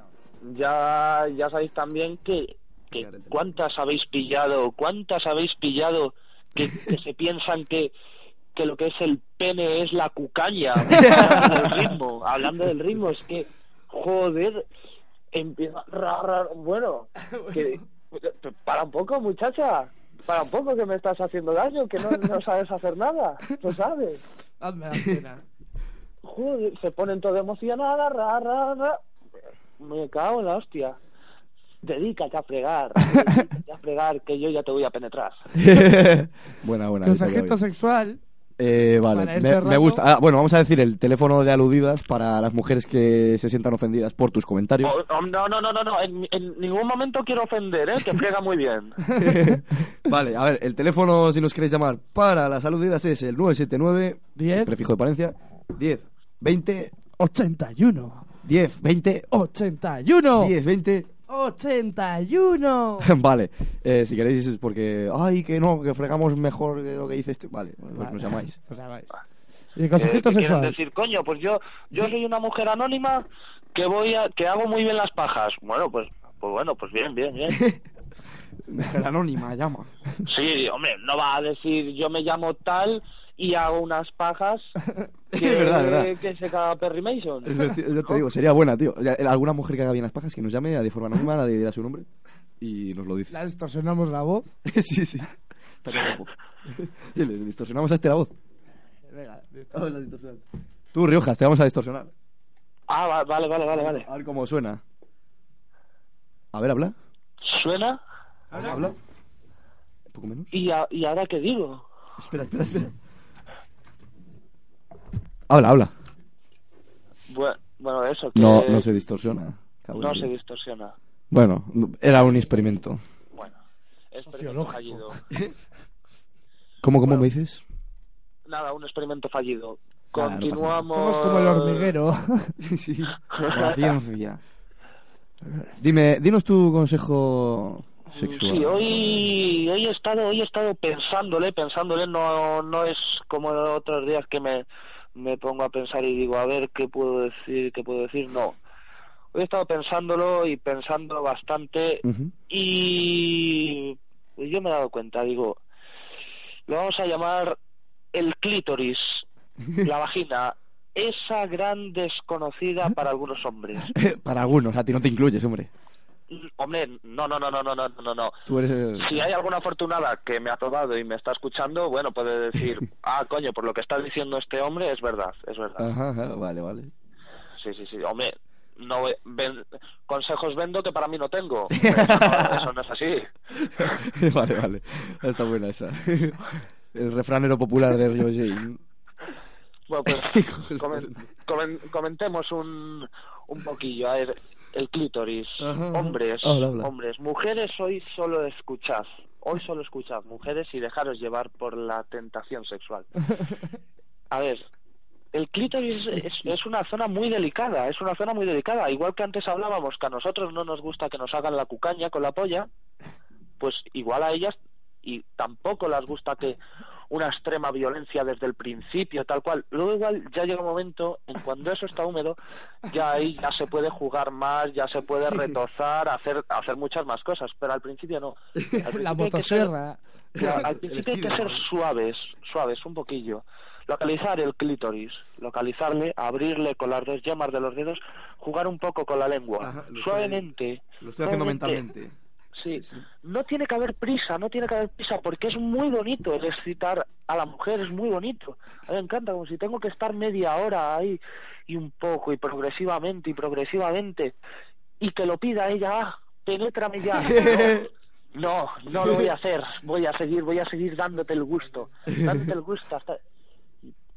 ya ya sabéis también que, que cuántas habéis pillado cuántas habéis pillado que, que se piensan que que lo que es el pene es la cucaña hablando del ritmo hablando del ritmo es que joder empieza ra, ra, bueno que para un poco muchacha para un poco que me estás haciendo daño que no, no sabes hacer nada lo sabes
Hazme la
[laughs]
cena.
joder se ponen todo emocionada ra, ra, ra. me cago en la hostia dedícate
[laughs]
a fregar dedícate a fregar que yo ya te voy a penetrar
buena, buena. esa ya
Consejito
voy.
sexual.
Eh,
Para
vale,
ir
me,
cerrando.
me gusta. Ah, bueno, vamos a decir el teléfono de aludidas para las mujeres que se sientan ofendidas por tus comentarios.
Oh, oh, no no no no no en, en ningún momento quiero ofender eh que friega
[laughs]
muy bien
Vale, a ver, el teléfono, si nos queréis llamar para las aludidas, es el 979,
10,
el prefijo de Palencia, 10, 20,
81.
10, 20,
81.
10, 20.
[laughs]
81.
[laughs]
Pues
vale, eh, si queréis es porque, ay, que no, que fregamos mejor de lo que dice este. Vale, pues nos llamáis.
Os llamáis. Y el
Eh,
consejito
que quieren
sexual.
decir, coño, pues yo yo soy una mujer anónima que voy a, que hago muy bien las pajas. Bueno, pues pues bueno, pues bien, bien,
[laughs]
bien.
Mujer anónima, llama.
Sí, hombre, no va a decir yo me llamo tal y hago unas pajas que,
[laughs] [laughs] Es verdad, es [laughs] verdad.
que se caga Perry Mason.
Es ver- Yo te digo, sería buena, tío. Ya, Alguna mujer que haga bien las pajas que nos llame de forma anónima, la dirá su nombre y nos lo dice.
La distorsionamos la voz.
[laughs] sí, sí. Estaría guapo. [laughs] Y le distorsionamos a este la voz. Tú, Riojas, te vamos a distorsionar.
Ah, va- vale, vale, vale, vale.
A ver cómo suena. A ver, habla.
¿Suena?
Habla. Un poco menos.
¿Y, a- ¿Y ahora qué digo?
Espera, espera, espera. Habla, habla.
Bueno, eso que
No, no se distorsiona. Cabrón.
Eh, no se distorsiona.
Bueno, era un experimento.
[laughs]
Experimento fallido.
¿Cómo, cómo me dices?
Nada, un experimento fallido.
Nada, no pasa nada.
Continuamos.
Somos como el
[laughs]
[laughs]
hormiguero.
sí. La ciencia. Dime, dinos tu consejo sexual.
Sí, hoy, hoy he estado, hoy he estado pensándole, pensándole, no, no es como en otros días que me, me pongo a pensar y digo, a ver qué puedo decir, qué puedo decir, no. Hoy he estado pensándolo y pensando bastante
Ujú. [laughs]
y pues yo me he dado cuenta, digo, lo vamos a llamar el clítoris, la vagina, esa gran desconocida para algunos hombres.
Para algunos, a ti no te incluyes, hombre.
Hombre, no, no, no, no, no, no, no, no.
Tú eres el...
Si hay alguna afortunada que me ha tocado y me está escuchando, bueno, puede decir, ah, coño, por lo que está diciendo este hombre es verdad, es verdad.
Ajá, ajá, vale, vale. [laughs]
Sí, sí, sí. Hombre, no ve- ven- consejos vendo que para mí no tengo. Pero Eso no, eso no es así.
vale, vale. Está buena esa. El refranero popular de Rio Jane.
Bueno, pues comen- comen- comentemos un, un poquillo. A ver, el clítoris. Hombres,
Habla, habla.
hombres, mujeres, hoy solo escuchad. Hoy solo escuchad, mujeres, y dejaros llevar por la tentación sexual. A ver, el clítoris es, es una zona muy delicada, es una zona muy delicada. Igual que antes hablábamos que a nosotros no nos gusta que nos hagan la cucaña con la polla, pues igual a ellas y tampoco les gusta que una extrema violencia desde el principio, tal cual. Luego igual ya llega un momento en cuando eso está húmedo, ya ahí ya se puede jugar más, ya se puede retozar, hacer hacer muchas más cosas, pero al principio
[laughs]
no. Al principio
La
hay que ser-
motosierra.
[laughs] Claro, al principio hay que ser suaves, suaves, un poquillo. Localizar el clítoris, localizarle, abrirle con las dos yemas de los dedos, jugar un poco con la lengua,
Ajá, lo estoy-
suavemente.
Lo estoy haciendo
suavemente.
mentalmente.
Sí. No tiene que haber prisa, no tiene que haber prisa, porque es muy bonito el excitar a la mujer, es muy bonito. A mí me encanta, como si tengo que estar media hora ahí y un poco, y progresivamente, y progresivamente, y que lo pida ella, ah,
[laughs]
penétrame ya. No, no, no lo voy a hacer, voy a seguir, voy a seguir dándote el gusto, dándote el gusto hasta...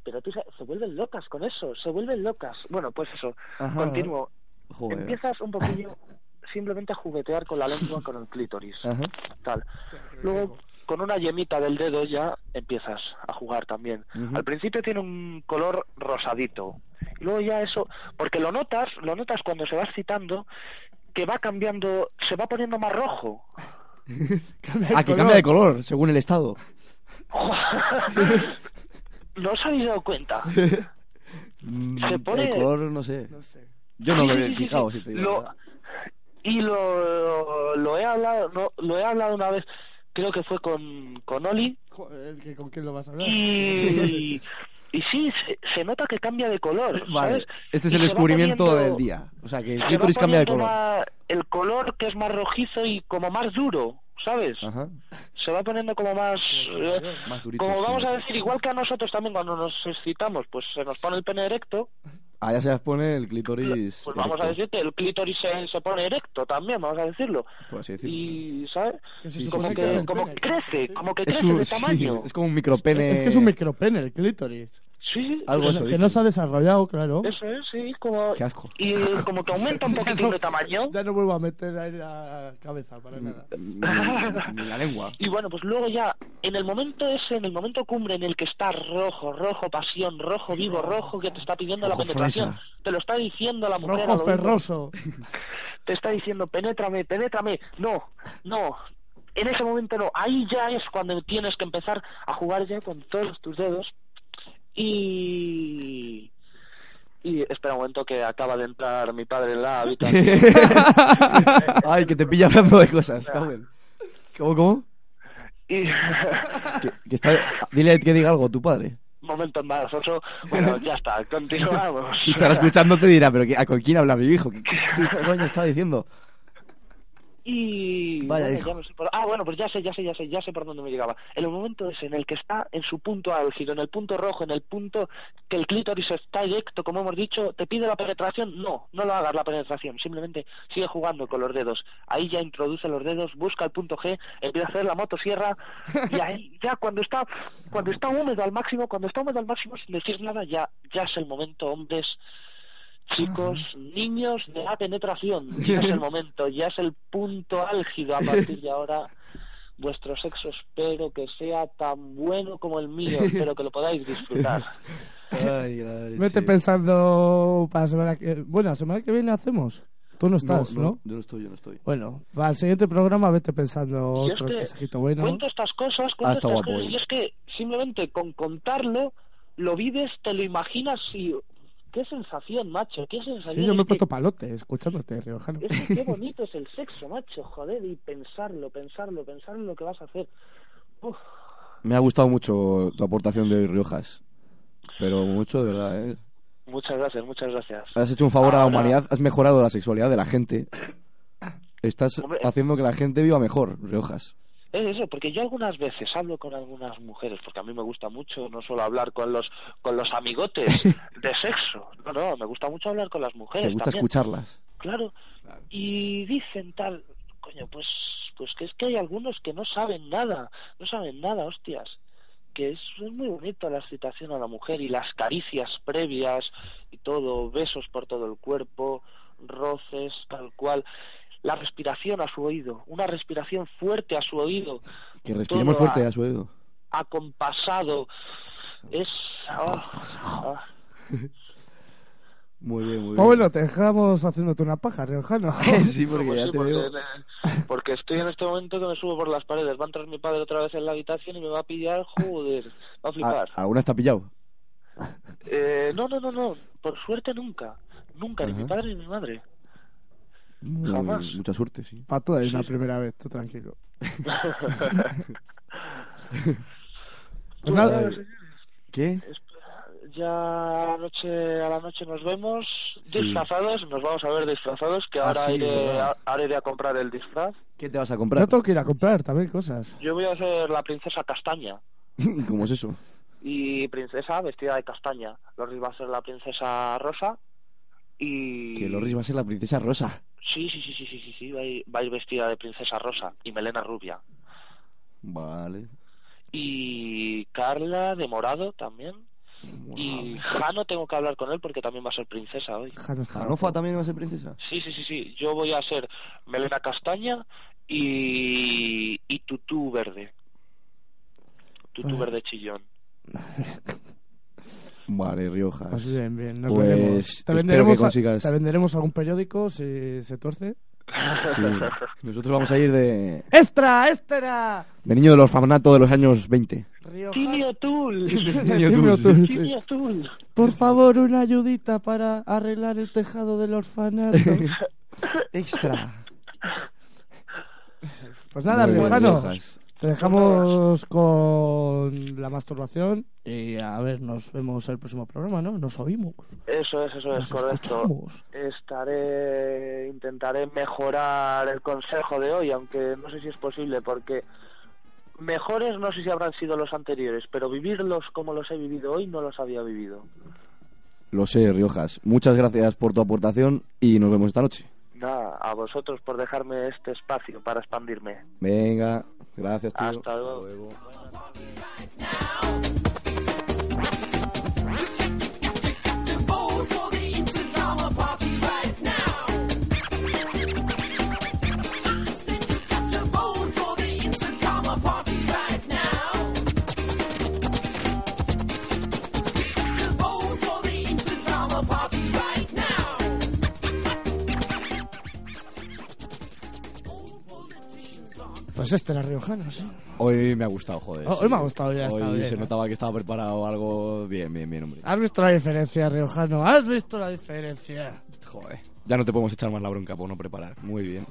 Pero tú sabes, se vuelven locas con eso, se vuelven locas. Bueno, pues eso,
Ajá.
continúo.
Joder.
Empiezas un poquillo simplemente a juguetear con la lengua, con el clítoris.
Ajá.
Tal. Luego, con una yemita del dedo ya empiezas a jugar también.
Ujú.
Al principio tiene un color rosadito. Y luego ya eso, porque lo notas, lo notas cuando se va excitando, que va cambiando, se va poniendo
[laughs]
más rojo.
Ah, que cambia de color según el estado.
¿No os habéis dado cuenta?
Mm,
Se pone-
El color, no sé. Yo no
Sí,
me
sí,
he
sí, sí.
fijado, si te digo la
Lo-
verdad.
y lo, lo he hablado no, lo he hablado una vez, creo que fue con, con Oli,
Joder, que ¿con quién lo vas a
Ah.
hablar?
[laughs]
y, y sí, se, se nota que cambia de color.
Vale,
¿sabes?
este es
Y
el
se va
descubrimiento
poniendo-
del día. O sea, que el
se va
clítoris cambia de
poniendo
color.
más- el color que es más rojizo y como más duro, ¿sabes?
Ajá.
Se va poniendo como más... eh,
Ah. Más durito.
como
sí.
vamos a decir, igual que a nosotros también cuando nos excitamos, pues se nos pone el pene erecto,
Ah, ya se las pone el clítoris.
pues vamos a
erecto,
decir que el clítoris se, se pone erecto también, vamos a decirlo.
Por así decirlo.
Y, ¿sabes?
Que se
Sí, sí,
supone
Como
sí,
que
que
es el
claro.
como
pene.
crece, como que
Es,
crece
un-
de
sí,
tamaño.
es como un micropene.
Es que es un micropene el clítoris.
Sí,
Algo
que
eso.
no- que
dice.
no se ha desarrollado, claro.
eso es, sí, como...
Qué asco.
Y eh, como que aumenta un poquitín de tamaño.
Ya no vuelvo a meter ahí la cabeza
Mm.
para nada.
Ni- ni la lengua.
Y bueno, pues luego ya, en el momento ese, en el momento cumbre en el que está rojo, rojo, pasión, rojo, vivo, rojo, que te está pidiendo
Rojo
la penetración,
fresa.
te lo está diciendo la mujer, a
Rojo
lo mismo,
ferroso.
te está diciendo, penétrame, penétrame, no, no, en ese momento no, ahí ya es cuando tienes que empezar a jugar ya con todos tus dedos y... Y espera un momento que acaba de entrar mi padre en
[laughs]
la habitación.
[laughs] Ay, que te pilla hablando de cosas, cabrón. ¿Cómo, cómo?
Y...
Que, que está... Dile que diga algo a tu padre.
Momento embarazoso. Bueno, ya está,
[laughs]
continuamos.
Si estará escuchándote dirá, pero ¿qué- ¿a con quién habla mi hijo? ¿Qué, qué coño está diciendo?
[laughs] Y
Vaya
bueno,
hijo.
ya no sé por- ah, bueno, pues ya sé, ya sé, ya sé, ya sé por dónde me llegaba. En el momento ese en el que está en su punto álgido, en el punto rojo, en el punto que el clítoris está directo, como hemos dicho, te pide la penetración, no, no lo hagas la penetración, simplemente sigue jugando con los dedos. Ahí ya introduce los dedos, busca el punto G, empieza a hacer la motosierra
[laughs]
y ahí ya cuando está cuando está húmedo al máximo, cuando está húmedo al máximo sin decir nada, ya ya es el momento, hombres Chicos, niños
[laughs]
de la penetración, ya es el momento, ya es el punto álgido a partir de ahora. vuestro sexo espero que sea tan bueno como
[laughs]
el mío, espero que lo podáis disfrutar.
Ay, la leche.
Vete pensando para la semana que... Bueno, la semana que viene hacemos. Tú no estás, ¿no?
Yo no estoy, yo no estoy.
Bueno, para el siguiente programa vete pensando
Y este, es
otro
que
consejito [laughs] bueno.
cuento estas cosas,
Ah,
cuento
está
estas
guapo,
cosas,
eh.
y es que simplemente con contarlo, lo vives, te lo imaginas y... ¡Qué sensación, macho! ¡Qué sensación!
Sí, yo me he
Es que-
puesto palote escuchándote, Riojano. [laughs]
es que qué bonito es el sexo, macho, joder, y pensarlo, pensarlo, pensarlo lo que vas a hacer. Uf,
Me ha gustado mucho tu aportación de hoy, Riojas. Pero mucho, de verdad, ¿eh?
muchas gracias, muchas gracias.
Has hecho un favor a la
Ahora-
humanidad, has mejorado la sexualidad de la
[coughs]
gente. Estás
Hombre.
haciendo que la gente viva mejor, Riojas.
Es eso, porque yo algunas veces hablo con algunas mujeres, porque a mí me gusta mucho no solo hablar con los con los
[laughs]
amigotes de sexo, no, no, me gusta mucho hablar con las mujeres.
Te gusta
Eh, también.
escucharlas.
Claro. Y dicen tal, coño, pues pues que es que hay algunos que no saben nada, no saben nada, hostias. Que es, es muy bonito la excitación a la mujer y las caricias previas y todo, besos por todo el cuerpo, roces, tal cual. La respiración a su oído, una respiración fuerte a su oído,
Que respiremos
Todo
fuerte
a-
a su oído.
acompasado. Es. ah, ah.
Muy bien, muy bien.
Pues bueno, te dejamos haciéndote una paja, Riojano.
[laughs] sí, porque
Pues
ya
sí,
te
porque,
veo.
eh, porque estoy en este momento que me subo por las paredes. Va a entrar mi padre otra vez en la habitación y me va a pillar, joder,
Ah,
va a flipar.
A- ¿Alguna está pillado?
Eh, no, no, no, no, por suerte nunca. Nunca, ni
Ajá.
mi padre ni
[laughs]
mi madre.
Muy-
Jamás.
Mm, Mucha suerte, sí.
Para todas es la primera vez, tú tranquilo. Pues nada,
Bueno,
¿Qué?
ya anoche, a la noche nos vemos
Sí. Ah,
disfrazados, nos vamos a ver disfrazados, que ahora,
sí,
iré,
verdad.
a- ahora iré a comprar el disfraz.
¿Qué te vas a
yo
comprar?
tengo que ir a comprar también cosas.
Yo voy a ser la princesa castaña.
[laughs] ¿Cómo es eso?
y princesa vestida de castaña. Loris va a ser la princesa rosa y...
Que Loris va a ser la princesa rosa.
Sí, sí, sí, sí, sí, sí, sí, va a ir, va a ir vestida de princesa rosa y melena rubia.
Vale.
Y Carla de morado también. Y Jano tengo que hablar con él porque también va a ser princesa hoy.
Jano está
¿Janofa también va a ser princesa?
Sí, sí, sí, sí. Yo voy a ser melena castaña y, y tutú verde. Tutú
Vale.
verde chillón.
Vale, Riojas.
Pues bien, bien, nos
Pues,
veremos. Te
espero
venderemos,
que
a-
consigas.
te venderemos algún periódico si se tuerce.
Sí. Nosotros vamos a ir de,
¡Extra, extra!
de niño del orfanato de los años 20.
Timio Tul.
Timio Tul, [laughs] sí.
Timio Tul.
Por favor, una ayudita para arreglar el tejado
[laughs]
del orfanato.
Extra.
Pues nada,
Muy bien,
Riojano,
Riojas.
te dejamos con la masturbación y a ver, nos vemos el próximo programa, ¿no? Nos oímos.
Eso es, eso es,
Nos
correcto.
escuchamos.
Estaré, intentaré mejorar el consejo de hoy, aunque no sé si es posible, porque mejores no sé si habrán sido los anteriores, pero vivirlos como los he vivido hoy no los había vivido.
Lo sé, Riojas. Muchas gracias por tu aportación y nos vemos esta noche.
Nada, a vosotros por dejarme este espacio para expandirme.
Venga, gracias, tío.
Hasta luego.
Pues este era Riojano, sí.
Hoy me ha gustado, joder.
Oh, Hoy me ha gustado, ya ha
Hoy
estado bien,
se
¿no?
notaba que estaba preparado algo bien, bien, bien, hombre.
¿Has visto la diferencia, Riojano? ¿Has visto la diferencia?
Joder. Ya no te podemos echar más la bronca por no preparar. Muy bien.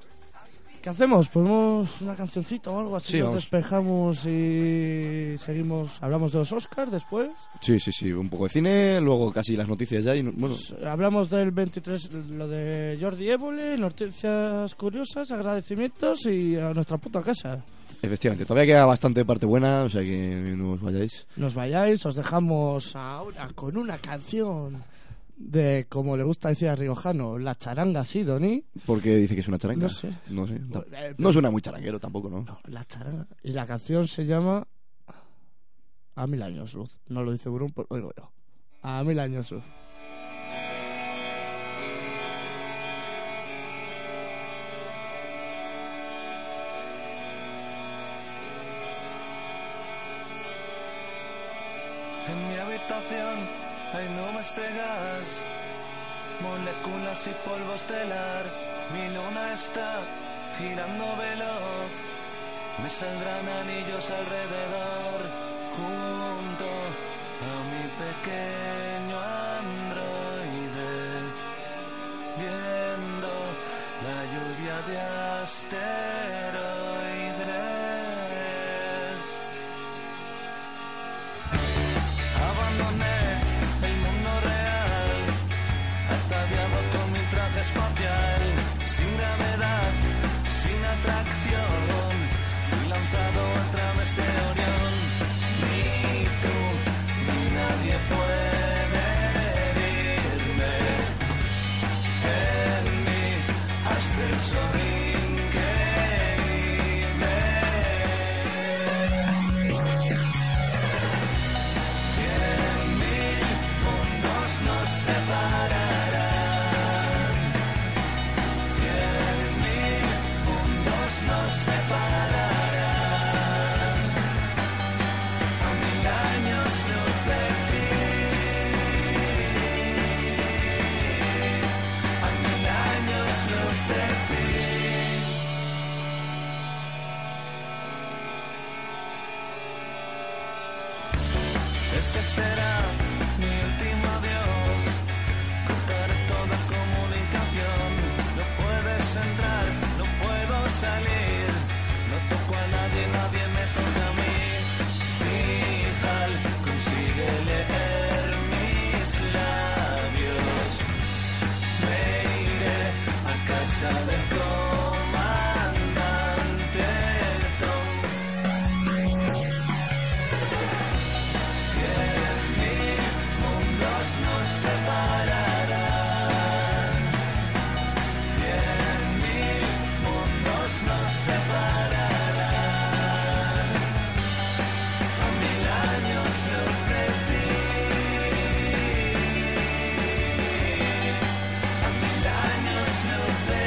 ¿Qué hacemos? ¿Ponemos una cancioncita o algo así?
Sí,
nos
vamos.
despejamos y seguimos. Hablamos de los Oscars después.
Sí, sí, sí. Un poco de cine, luego casi las noticias ya y no- bueno.
Hablamos del 23, lo de Jordi Évole, noticias curiosas, agradecimientos y a nuestra puta casa.
Efectivamente, todavía queda bastante parte buena, o sea que no os vayáis.
Nos vayáis, os dejamos ahora con una canción de, como le gusta decir a Riojano, la charanga Sidoni.
Porque dice que es una charanga.
No sé.
No sé. No,
eh,
no suena muy charanguero tampoco, ¿no?
La charanga. Y la canción se llama A mil años luz. No lo dice Burón, pero lo digo yo. A mil años luz. En mi habitación hay nubes de gas, moléculas y polvo estelar. Mi luna está girando veloz, me saldrán anillos alrededor, junto a mi pequeño androide, viendo la lluvia de asteroides. Abandoné el mundo real, ataviado con mi traje espacial, sin gravedad, sin atracción, fui lanzado a través de Orión. Ni tú, ni nadie puede herirme. En mi ascenso increíble. Cien mil mundos nos separarán. Cien mil mundos nos separarán. A mil años luz de ti. A mil años luz de ti. Este será mi último adiós. Cortaré toda comunicación. No puedes entrar, no puedo salir. No toco a nadie, nadie me toca a mí. Sinjal, consigue leer mis labios. Me iré a casa del comandante Tom. Cien mil mundos nos separarán. Cien mil mundos nos separarán. A mil años luz de ti. A mil años luz de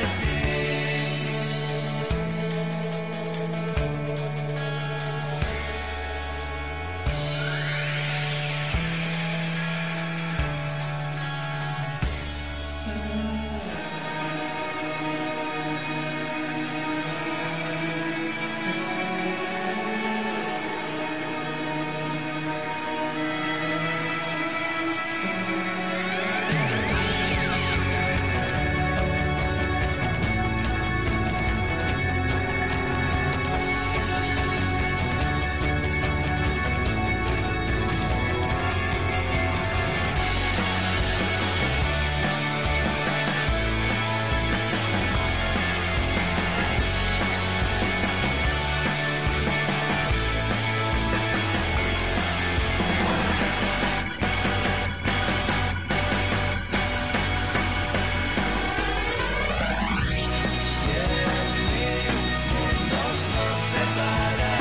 Mundos nos separarán.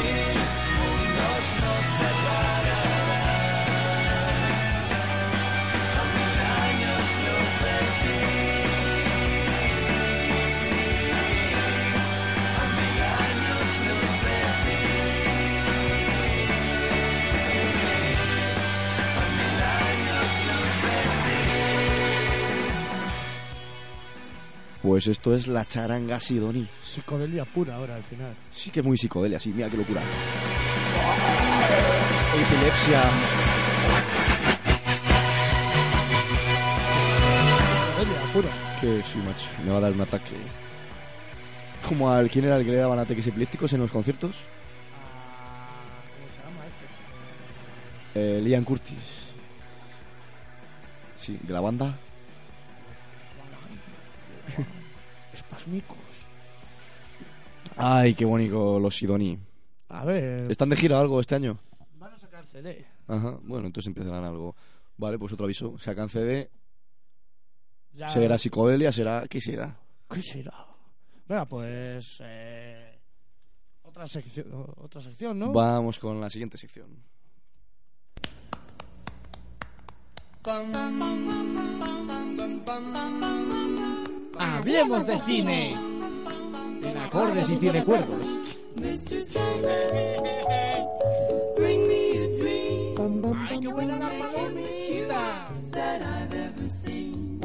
Cien mil mundos nos separarán. A mil años luz de ti. A mil años luz de ti. A mil años luz de ti.
Pues esto es la charanga sidoní.
Psicodelia pura ahora al final.
Sí que es muy psicodelia, sí, mira qué locura. Epilepsia.
Psicodelia pura.
Que sí, macho, me va a dar un ataque. Como al quién era el que le daban ataques epilépticos en los conciertos.
este?
Eh, Liam Curtis. Sí, de la banda.
Espasmicos.
Ay, qué bonito los sidoní.
A ver.
¿Están de gira o algo este año?
Van a sacar CD.
Ajá, bueno, entonces empezarán algo. Vale, pues otro aviso. Sacan CD.
Ya.
Será psicodelia, será. ¿Qué será?
¿Qué será? Venga, pues. eh, otra, sección, o- otra sección, ¿no?
Vamos con la siguiente sección.
Hablemos de cine. En acordes y cinecuerdos.
Mr. Sandman, bring me a dream. Ay, qué buena la palomita. That I've ever seen.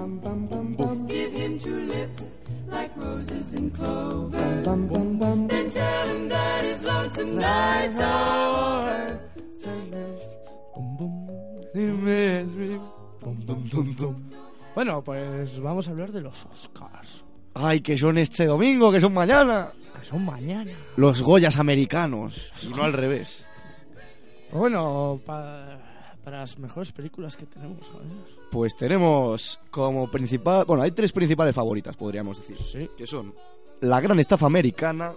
Give him two lips like roses and clover. Then tell him that his lonesome nights are over.
Bueno, pues vamos a hablar de los Oscars.
Ay, que son este domingo, que son mañana.
Que son mañana.
Los Goyas americanos. Y no al revés.
Pues bueno, pa- para las mejores películas que tenemos, joder.
Pues tenemos como principal. Bueno, hay tres principales favoritas, podríamos decir.
Sí.
Que son La Gran Estafa Americana.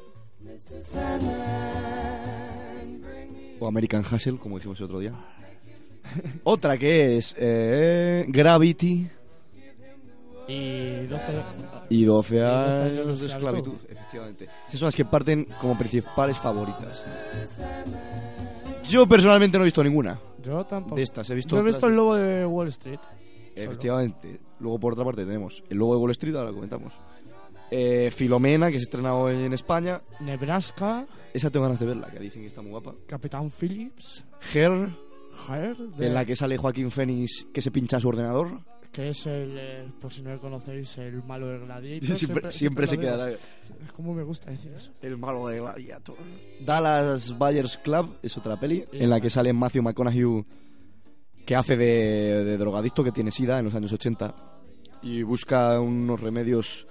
O American Hustle, como dijimos el otro día. [laughs] Otra que es eh, Gravity
Y 12,
y 12
años
años de esclavitud, efectivamente. Esas son las que parten como principales favoritas. Yo personalmente no he visto ninguna.
Yo tampoco.
De estas, he visto
Yo he visto
otras.
el lobo de Wall Street.
Efectivamente. Luego, por otra parte, tenemos el logo de Wall Street, ahora lo comentamos. Eh, Filomena, que se ha estrenado en España.
Nebraska,
Esa tengo ganas de verla, que dicen que está muy guapa.
Capitán Phillips,
Her,
Hair, de-
en la que sale Joaquín Fénix, que se pincha su ordenador.
que es el, eh, por si no lo conocéis, el malo de
[laughs]
Gladiator.
Siempre- siempre se
lo
quedará-
digo. ¿Cómo me gusta decir eso?
El malo de Gladiator. Dallas Buyers Club es otra peli,
Y-
en la que sale Matthew McConaughey, que hace de, de drogadicto que tiene sida en los años 80 y busca unos remedios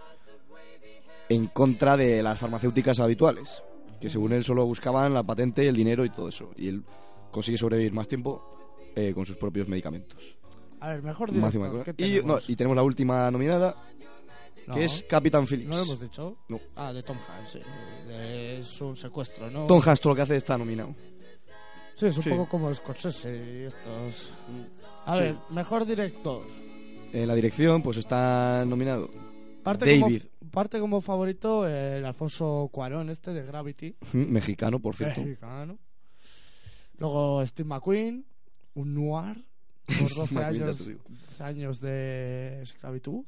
en contra de las farmacéuticas habituales, que según él solo buscaban la patente, el dinero y todo eso. Y él consigue sobrevivir más tiempo eh, con sus propios medicamentos.
A ver, mejor
Matthew
director, ¿qué
McConaughey. y, no,
tenemos?
y tenemos la última nominada, que
No.
es Capitán Phillips.
¿No lo hemos dicho?
No.
Ah, de Tom Hanks, sí. De- es un secuestro, ¿no?
Tom Hanks, todo lo que hace está nominado.
Sí, es un
Sí.
poco como Scorsese y estos. A
Sí.
ver, mejor director.
En la dirección, pues está nominado [laughs]
Parte
David,
Como, parte como favorito el Alfonso Cuarón, este de Gravity.
mm, mexicano, por cierto.
Eh,
[laughs]
Mexicano. Luego Steve McQueen, un noir,
[laughs]
por
Steve
12
McQueen, ya
años,
te digo.
12 años de esclavitud.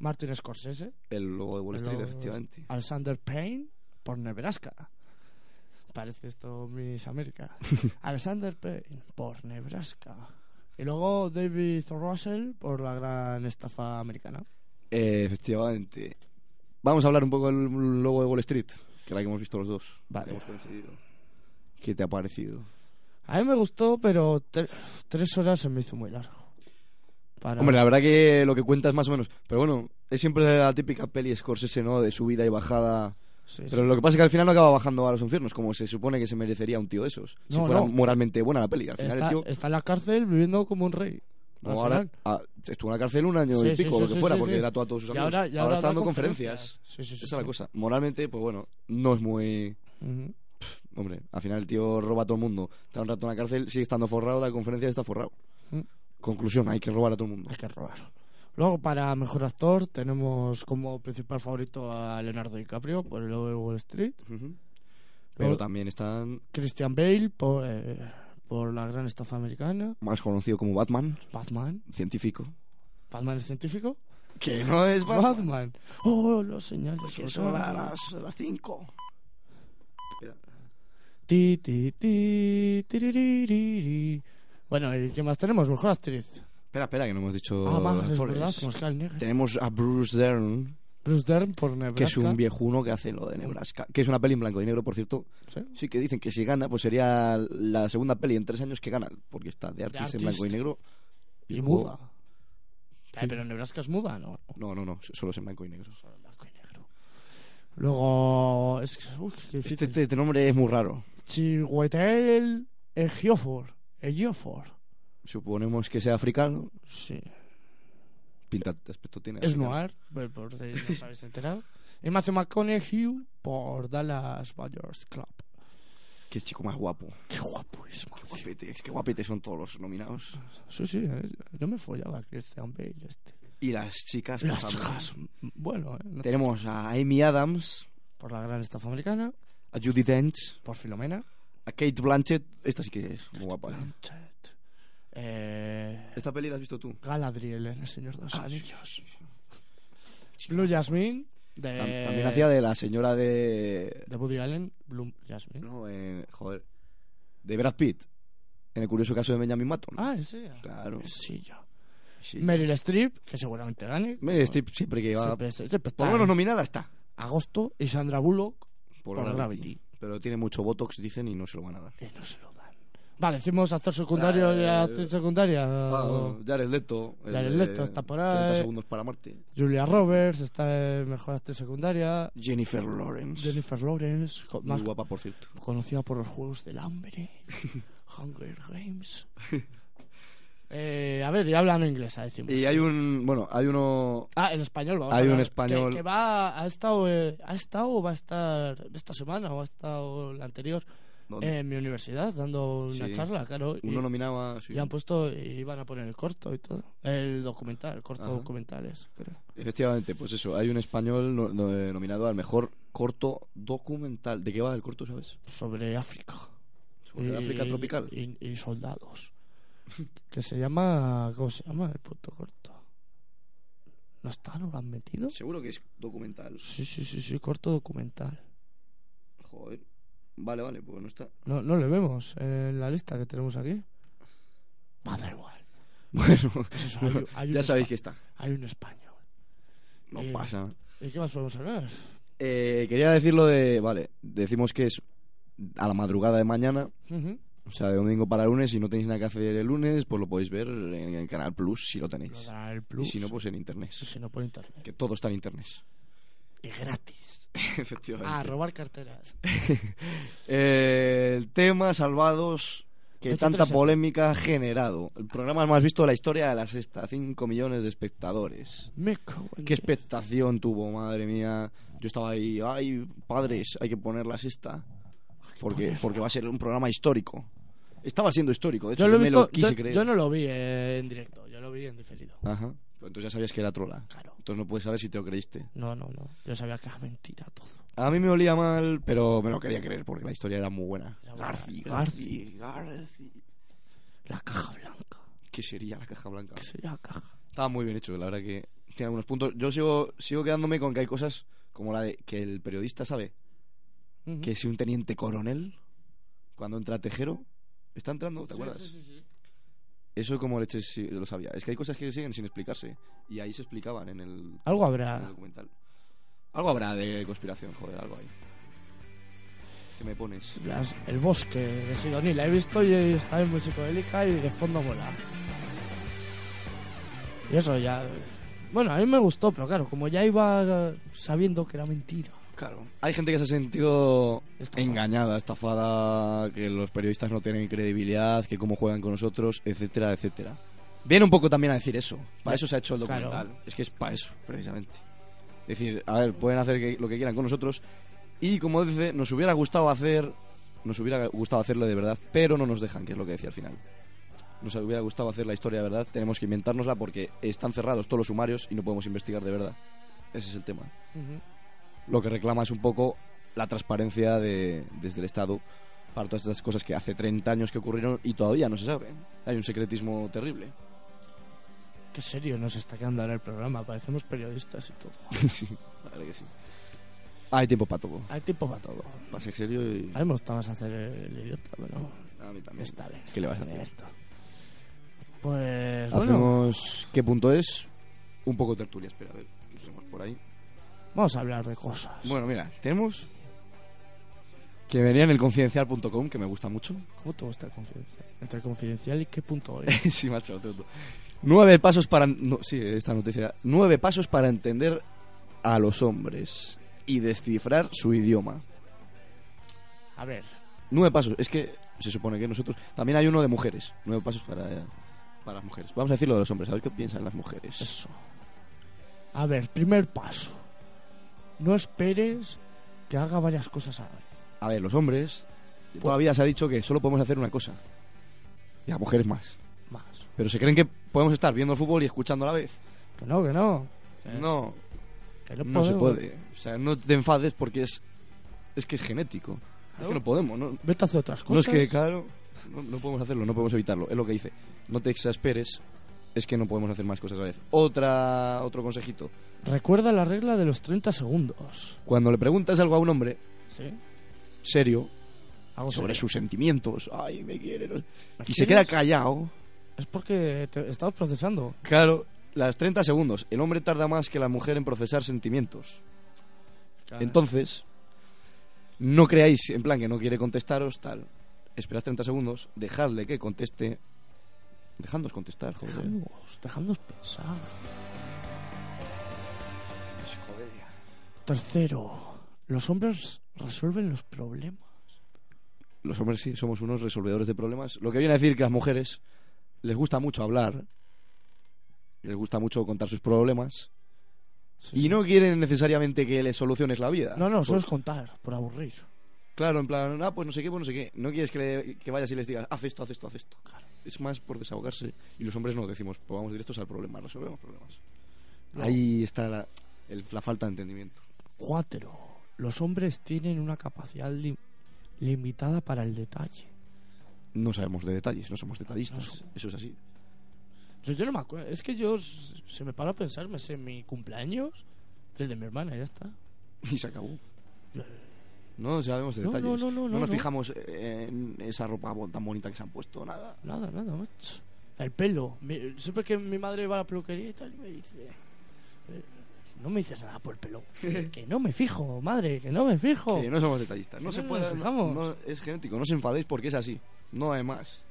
Martin Scorsese.
El logo de Wall
El
Street,
logo de Wall
efectivamente.
Street. Alexander Payne, por Nebraska. Parece esto
[laughs]
Miss América. Alexander Payne, por Nebraska. Y luego David Russell, por la gran estafa americana.
Eh, efectivamente. Vamos a hablar un poco del logo de Wall Street, que es la que hemos visto los dos.
Vale.
que Hemos coincidido. ¿Qué te ha parecido?
A mí me gustó, pero tre- tres horas se me hizo muy largo. Para-
Hombre, la verdad que lo que cuenta es más o menos. Pero bueno, es siempre la típica peli Scorsese, ¿no? De subida y bajada.
Sí,
Pero
sí.
lo que pasa es que al final no acaba bajando a los infiernos, como se supone que se merecería un tío de esos. si
No,
fuera
no.
moralmente buena la peli. Al final
está,
el tío
está en la cárcel viviendo como un rey.
no,
Al
ahora,
final.
ah, estuvo en la cárcel un año
Sí,
y
sí,
pico,
sí,
lo que
sí,
fuera,
sí,
porque
sí.
era tú a todos sus
Y
amigos.
ahora- y ahora
está
da
dando
conferencias.
conferencias.
Sí, sí, sí,
Esa es la
sí.
cosa. Moralmente, pues bueno, no es muy...
Ujú.
Hombre, al final el tío roba a todo el mundo. Está un rato en la cárcel, sigue estando forrado, da conferencias, está forrado.
Mm.
Conclusión, hay que robar a todo el mundo.
Hay que robar. Luego, para mejor actor, tenemos como principal favorito a Leonardo DiCaprio por el Lobo de Wall Street.
Ujú. Pero
Luego,
también están
Christian Bale por, eh, por la gran estafa americana.
más conocido como Batman,
Batman.
científico.
Batman es científico.
Que no es Batman.
Batman. Oh, los señales.
Pues
horarias.
5.
Ti, ti, ti, tiririri. Bueno, ¿y qué más tenemos? Mejor actriz.
Espera, espera, que no hemos dicho...
ah, va, es
actores.
verdad, como Scarlett Johansson.
Tenemos a Bruce Dern,
Bruce Dern por Nebraska.
que es un viejuno que hace lo de Nebraska. Que es una peli en blanco y negro, por cierto.
Sí.
Sí, que dicen que si gana, pues sería la segunda peli en tres años que gana. Porque está de artista en
Artist.
blanco y negro.
Y
luego-
muda. Ay, pero Nebraska es muda, ¿no?
No, no, no, solo es en blanco y negro.
pues, Blanco y negro. Luego. Es que. Uy, qué
Este,
difícil.
este- este nombre es muy raro.
Chiwetel Ejiofor. Ejiofor.
Suponemos que sea africano.
Sí.
Pinta de aspecto tiene.
Es
africano.
noir, pero por si no os habéis enterado. Y Matthew McConaughey por Dallas Buyers Club.
Qué chico más guapo.
Qué guapo es, Matthew.
Guapete, es que guapete son todos los nominados.
Sí, sí, eh, yo me follaba a Christian Bale este.
Y las chicas.
Las
pues,
chicas, bueno, eh, no-
Tenemos a Amy Adams,
por la gran estafa americana,
a Judy Dench,
por Filomena.
a Kate Blanchett. Esta sí que es muy guapa. ¿eh?
Blanchett. Eh,
¿Esta peli la has visto tú? Ah,
Galadriel en El Señor de los Anillos. Blue Jasmine De-
Tam- También hacía de la señora de.
De Woody Allen, Bloom Jasmine.
No, eh, joder. De Brad Pitt. En el curioso caso de Benjamin Mato.
Ah, ese.
Claro.
Sí, ya.
Sí.
Meryl Streep, que seguramente gane.
Meryl Streep siempre que va-
Siempre- siempre
por lo
está.
menos nominada está.
Agosto y Sandra Bullock
Por
por,
Gravity.
Gravity.
Pero tiene mucho botox, dicen, y no se lo van a dar.
no se lo dan. Vale, decimos actor secundario y
Eh,
actriz secundaria. Oh.
Ah, Jared Leto. el
Jared
de
Leto está por ahí.
30 segundos para Marte.
Julia Roberts está en mejor actriz secundaria.
Jennifer Lawrence.
Jennifer Lawrence, co-
Muy
más
guapa, por cierto.
conocida por los Juegos del Hambre.
[laughs]
Hunger Games. Eh, a ver, ya hablan en inglesa, decimos.
Y hay un. Bueno, hay uno.
Ah, en español, vamos. a
Hay un
hablar.
español.
Que, que va, ha estado, eh, ha estado o va a estar esta semana o ha estado la anterior
¿Dónde?
en mi universidad dando una
Sí.
charla, claro.
Uno
y-
nominado a- sí.
Y han puesto, y van a poner el corto y todo. El documental, el corto
Ajá.
documental es, creo.
Efectivamente, pues eso. Hay un español no- no- eh, nominado al mejor corto documental. ¿De qué va el corto, sabes?
Sobre África.
Sobre
Y-
África tropical.
Y, y soldados. que se llama, ¿cómo se llama el punto corto? ¿No está? ¿No lo han metido?
Seguro que es documental.
Sí, sí, sí, sí, corto documental.
Joder. Vale, vale, pues no está.
No, no le vemos en la lista que tenemos aquí. Va, da igual.
[laughs] Bueno,
Pues eso,
[laughs]
hay- hay un
ya sabéis
espa-
que está.
Hay un español.
No
Eh,
pasa nada.
¿Y qué más podemos hablar?
Eh, quería decirlo de. Vale, decimos que es a la madrugada de mañana.
Ujú.
O sea, de domingo para lunes, si no tenéis nada que hacer el lunes, pues lo podéis ver en el canal Plus si lo
Lo
tenéis.
dará el plus.
Pues, Y si no, pues en internet.
Y si no, por internet.
Que todo está en internet. [laughs]
Y gratis.
Efectivamente.
A robar carteras.
Eh, el tema Salvados, que
Esto
tanta
interesa.
polémica ha generado. El programa más visto de la historia de la sexta, 5 millones de espectadores.
Me cago en
Qué
diez.
expectación tuvo, madre mía. Yo estaba ahí, ay, padres, hay que poner la sexta.
Ah,
Porque,
ponerla.
porque va a ser un programa histórico. Estaba siendo histórico, de hecho,
Yo, lo he
me lo
visto-
quise
yo-
creer.
yo no lo vi eh, en directo, yo lo vi en diferido.
Ajá. Pero Entonces ya sabías que era trola. Entonces no puedes saber si te lo creíste.
No, no, no. Yo sabía que era mentira todo.
A mí me olía mal, pero me lo quería creer porque la historia era muy buena.
Era
Garci,
buena.
Garci, Garci.
La caja blanca.
¿Qué sería la caja blanca?
¿Qué sería la caja?
Estaba muy bien hecho, la verdad que tiene algunos puntos. Yo sigo, sigo quedándome con que hay cosas como la de que el periodista sabe
Ujú.
que si un teniente coronel, cuando entra Tejero, está entrando, ¿te
Sí,
acuerdas?
sí, sí, sí.
Eso como leches sí, lo sabía. Es que hay cosas que siguen sin explicarse. Y ahí se explicaban en el,
Algo habrá.
en el documental. Algo habrá de conspiración, joder, algo ahí. ¿Qué me pones?
Las- el bosque de Sidoní la he visto y está muy psicodélica y de fondo mola. Y eso ya. Bueno, a mí me gustó, pero claro, como ya iba eh, sabiendo que era mentira.
Claro. Hay gente que se ha sentido engañada, estafada, que los periodistas no tienen credibilidad, que cómo juegan con nosotros, etcétera, etcétera. Viene un poco también a decir eso. Para eso se ha hecho el
Claro.
documental. Es que es para eso, precisamente. Es decir, a ver, pueden hacer que- lo que quieran con nosotros. Y como dice, nos hubiera gustado hacer. Nos hubiera gustado hacerlo de verdad, pero no nos dejan, que es lo que decía al final. Nos hubiera gustado hacer la historia de verdad, tenemos que inventárnosla porque están cerrados todos los sumarios y no podemos investigar de verdad. Ese es el tema lo que reclama es un poco la transparencia de, desde el Estado para todas estas cosas que hace 30 años que ocurrieron y todavía no se sabe. Hay un secretismo terrible.
Qué serio nos está quedando ahora el programa, parecemos periodistas y todo.
[laughs] sí, la verdad que sí. Hay tiempo para todo.
Hay tiempo para todo.
Para ser serio y...
A mí me gustaba más hacer el idiota, pero.
A mí también.
Está bien.
¿Qué le vas a
está bien
hacer?
esto. Pues. Bueno,
Hacemos... ¿Qué punto es? Un poco tertulia, espera, a ver. ¿Qué tenemos por ahí?
vamos a hablar de cosas.
Bueno, mira, tenemos... Que venía en el confidencial.com, que me gusta mucho.
¿Cómo te gusta el confidencial? Entre confidencial y qué punto es.
sí, macho, lo tengo todo. Nueve pasos para... no, sí, esta noticia. Nueve pasos para entender a los hombres y descifrar su idioma.
A ver,
Nueve pasos. Es que se supone que nosotros... También hay uno de mujeres. Nueve pasos para, para las mujeres. Vamos a decirlo de los hombres, a ver qué piensan las mujeres.
Eso. A ver, primer paso. No esperes que haga varias cosas a la vez.
A ver, los hombres... Todavía se ha dicho que solo podemos hacer una cosa. Y las mujeres más.
Más.
Pero se creen que podemos estar viendo el fútbol y escuchando a la vez.
Que no, que no.
No,
Que
no,
no,
se
podemos.
puede. O sea, no te enfades porque es... Es que es genético. Es que no podemos, ¿no?
Vete a hacer otras
No es
cosas.
que, claro, no, no podemos hacerlo, no podemos evitarlo. Es lo que dice. No te exasperes es que no podemos hacer más cosas a la vez. Otra, otro consejito.
Recuerda la regla de los 30 segundos.
Cuando le preguntas algo a un hombre
¿Sí?
serio
Algo
sobre
serio.
sus sentimientos, ay, me quiere, no- y se queda
quieres?
callado,
Es porque te estamos procesando.
claro, las 30 segundos. El hombre tarda más que la mujer en procesar sentimientos. Entonces, no creáis, en plan, que no quiere contestaros, tal. Esperad 30 segundos, dejadle que conteste. Dejadnos contestar, joder.
Dejadnos, dejadnos pensar.
Pues,
Tercero, los hombres resuelven los problemas.
Los hombres sí, somos unos resolvedores de problemas. Lo que viene a decir que a las mujeres les gusta mucho hablar, les gusta mucho contar sus problemas. y no quieren necesariamente que les soluciones la vida.
No, no, solo
Pues-
es contar, por aburrir.
Claro, en plan, ah, pues no sé qué, pues no sé qué. No quieres que, le- que vayas y les digas, haz esto, haz esto, haz esto. Es más por desahogarse. Y los hombres no decimos, pues vamos directos al problema, resolvemos problemas.
No.
Ahí está la, el- la falta de entendimiento.
Cuatro, los hombres tienen una capacidad lim- limitada para el detalle.
No sabemos de detalles, no somos detallistas.
No somos.
Eso es así.
Yo, yo no me acuerdo, es que yo s- se me para a pensar, me sé mi cumpleaños, el de mi hermana, ya está.
Y se acabó. No sabemos de
No,
detalles.
no, no, no, no,
nos
no.
fijamos eh, en esa ropa bo- tan bonita que se han puesto, nada.
Nada, nada, macho. El pelo. Mi- siempre que mi madre va a la peluquería y tal, y me dice... eh, No me dices nada por el pelo. que no me fijo, madre, que no me fijo.
Que no somos detallistas. No
Que
se
no
puede.
nos fijamos.
no- es genético, no os enfadéis porque es así. No hay más.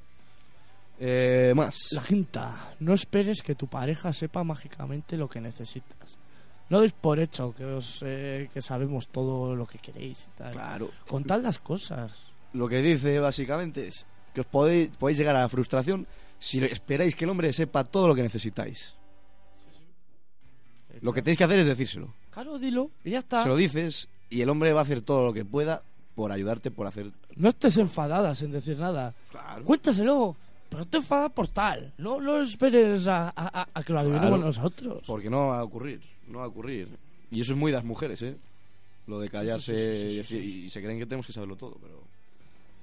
Eh, más.
La quinta, no esperes que tu pareja sepa mágicamente lo que necesitas. No deis por hecho que, os, eh, que sabemos todo lo que queréis y tal.
Claro.
Contad las cosas.
Lo que dice básicamente es que os podéis, podéis llegar a la frustración si esperáis que el hombre sepa todo lo que necesitáis. Lo que tenéis que hacer es decírselo.
Claro, dilo, y ya está.
Se lo dices y el hombre va a hacer todo lo que pueda por ayudarte, por hacer...
No estés enfadada sin decir nada. Cuéntaselo, pero no te enfadas por tal. No, no esperes a, a- a- a que lo adivinemos
Claro.
nosotros.
Porque no va a ocurrir, no va a ocurrir. Y eso es muy de las mujeres, ¿eh? Lo de callarse
Sí, sí, sí, sí,
y
sí,
decir-
sí, sí.
y se creen que tenemos que saberlo todo, pero...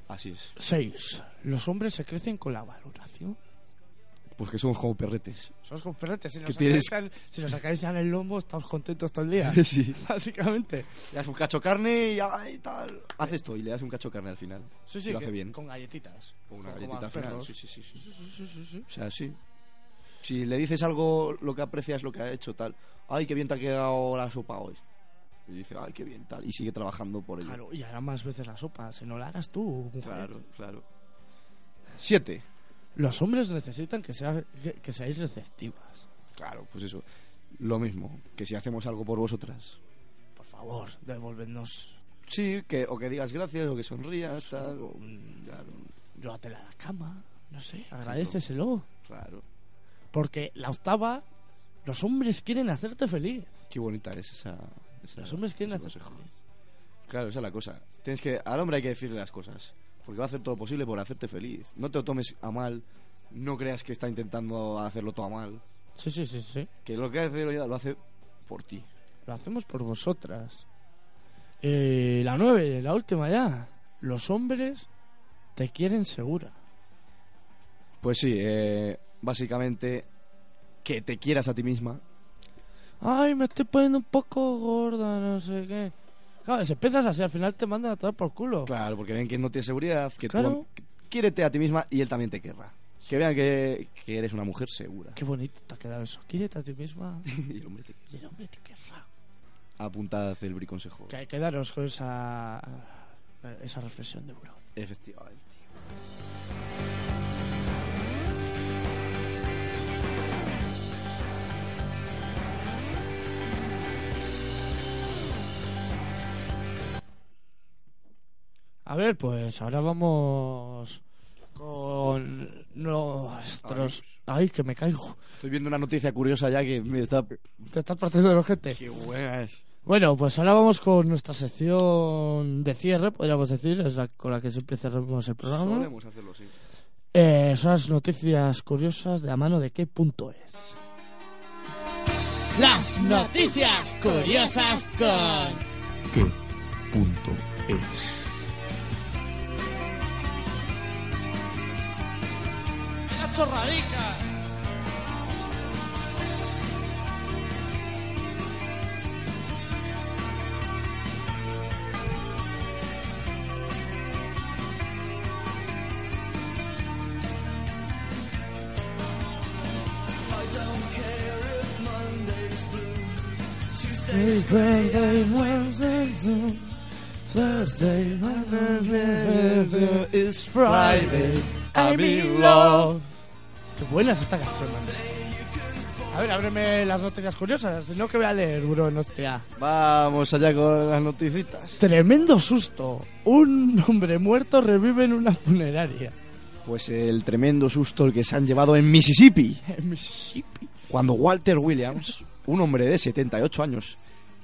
Así es.
6. Los hombres se crecen con la valoración. Pues
Porque somos como perretes.
Somos con perretes, Si
¿Qué
nos,
tienes?
acarician, si nos acarician el lomo, estamos contentos todo el [laughs] día.
Sí.
Básicamente.
Le das un cacho carne y, ay, tal. Haz esto y le das un cacho carne al final.
Sí, sí,
Y Lo
que-
hace bien.
Con galletitas.
Con una
Como
galletita
a
al final.
perros.
Sí, sí, sí, sí.
Sí, sí, sí, sí, sí.
O sea, sí. Si le dices algo, lo que aprecias, lo que ha hecho, tal. Ay, qué bien te ha quedado la sopa hoy. Y dice, ay, qué bien, tal. Y sigue trabajando por ello.
Claro, y hará más veces la sopa. Si no la harás tú, mujer.
claro. claro. Siete.
Los hombres necesitan que, sea, que, que seáis receptivas.
Claro, pues eso. Lo mismo, que si hacemos algo por vosotras.
Por favor, devolvednos.
Sí, que, o que digas gracias, o que sonrías, tal. o- Claro,
Llévatela a la cama. No sé, agradeceselo.
claro.
Porque la octava, los hombres quieren hacerte feliz.
Qué bonita es esa... esa-
Los hombres quieren
ese
hacerte
consejo.
feliz.
Claro, esa es la cosa. Tienes que al hombre hay que decirle las cosas, porque va a hacer todo lo posible por hacerte feliz. No te lo tomes a mal, no creas que está intentando hacerlo todo a mal,
Sí, sí, sí, sí.
que lo que hace en realidad lo hace por ti.
Lo hacemos por vosotras. Eh, la nueve, la última ya. Los hombres te quieren segura.
Pues sí, eh, básicamente que te quieras a ti misma.
Ay, me estoy poniendo un poco gorda, no sé qué. Claro, si empiezas así, al final te mandan a tomar por culo.
Claro, porque ven que no tienes seguridad, que
Claro.
tú que- quiérete a ti misma y él también te querrá. Que vean que, que eres una mujer segura.
Qué bonito te ha quedado eso. Quírete a ti misma
[laughs] y el hombre te
[laughs] y el hombre te querrá.
apunta el briconsejo.
Que quedaros con esa, esa reflexión de Burón.
Efectivamente.
A ver, pues ahora vamos con nuestros... Ay, que me caigo.
Estoy viendo una noticia curiosa ya que me está...
Te estás partiendo el ojete.
Qué buena es.
Bueno, pues ahora vamos con nuestra sección de cierre, podríamos decir, es la con la que siempre cerramos el programa.
Solemos hacerlo, sí.
Eh, son las noticias curiosas de la mano de qué punto es.
Las noticias curiosas con...
¿Qué punto es?
¡Una chorradica!
Tuesday, Wednesday, Thursday, Wednesday, it's Friday. I'm in love.
Qué buena es esta canción, man. A ver, ábreme las noticias curiosas. No que voy a leer, Burón, hostia.
Vamos allá con las noticitas.
Tremendo susto. Un hombre muerto revive en una funeraria.
Pues el tremendo susto que se han llevado en Mississippi.
En Mississippi.
Cuando Walter Williams, un hombre de 78 años,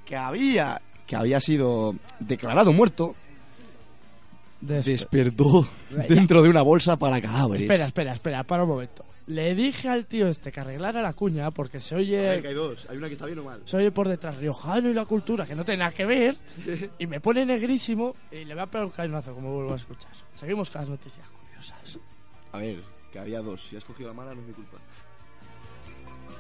que había, que había sido declarado muerto, despertó
Ya.
dentro de una bolsa para cadáveres.
Espera, espera, espera, para un momento. Le dije al tío este que arreglara la cuña porque se oye,
hay dos. Hay una que está bien o mal.
se oye por detrás riojano y la cultura, que no tiene nada
[laughs]
que ver, y me pone negrísimo y le va a pegar un cañonazo, como vuelvo a escuchar. Seguimos con las noticias curiosas.
A ver, que había dos. Si has cogido la mala, no es mi culpa.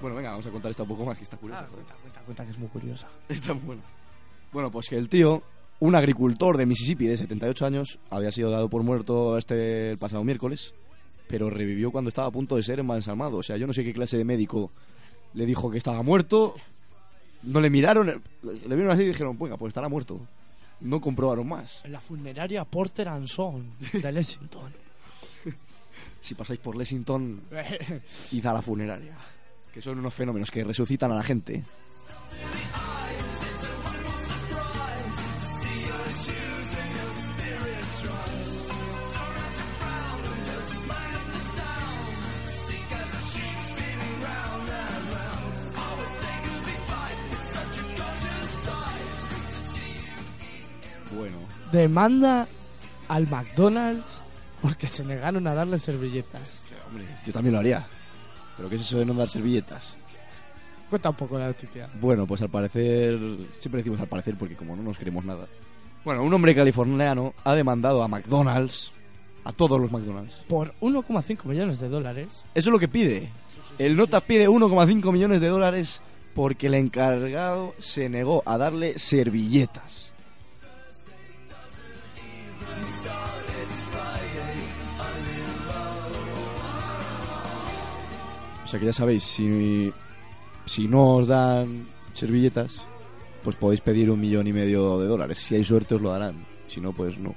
Bueno, venga, vamos a contar esta un poco más, que está curiosa.
Ah,
joder.
cuenta, cuenta, cuenta, que es muy curiosa.
[laughs] Está bueno. Bueno, pues que el tío, un agricultor de Mississippi de 78 años, había sido dado por muerto este el pasado miércoles, pero revivió cuando estaba a punto de ser embalsamado. O sea, yo no sé qué clase de médico le dijo que estaba muerto. No le miraron, le vieron así y dijeron, venga, pues estará muerto. No comprobaron más.
En la funeraria Porter and [laughs] Son de Lexington.
Si pasáis por Lexington, id a la funeraria. Que son unos fenómenos que resucitan a la gente. Bueno,
Demanda al McDonald's porque se negaron a darle servilletas.
hombre, yo también lo haría. Pero ¿qué es eso de no dar servilletas?
Cuenta un poco la noticia.
Bueno, pues al parecer, siempre decimos al parecer porque como no nos creemos nada. Bueno, un hombre californiano ha demandado a McDonald's, a todos los McDonald's.
Por 1,5 millones de dólares.
Eso es lo que pide. El nota pide 1,5 millones de dólares porque el encargado se negó a darle servilletas. O sea que ya sabéis, si, si no os dan servilletas, pues podéis pedir un millón y medio de dólares. Si hay suerte os lo darán, si no, pues no.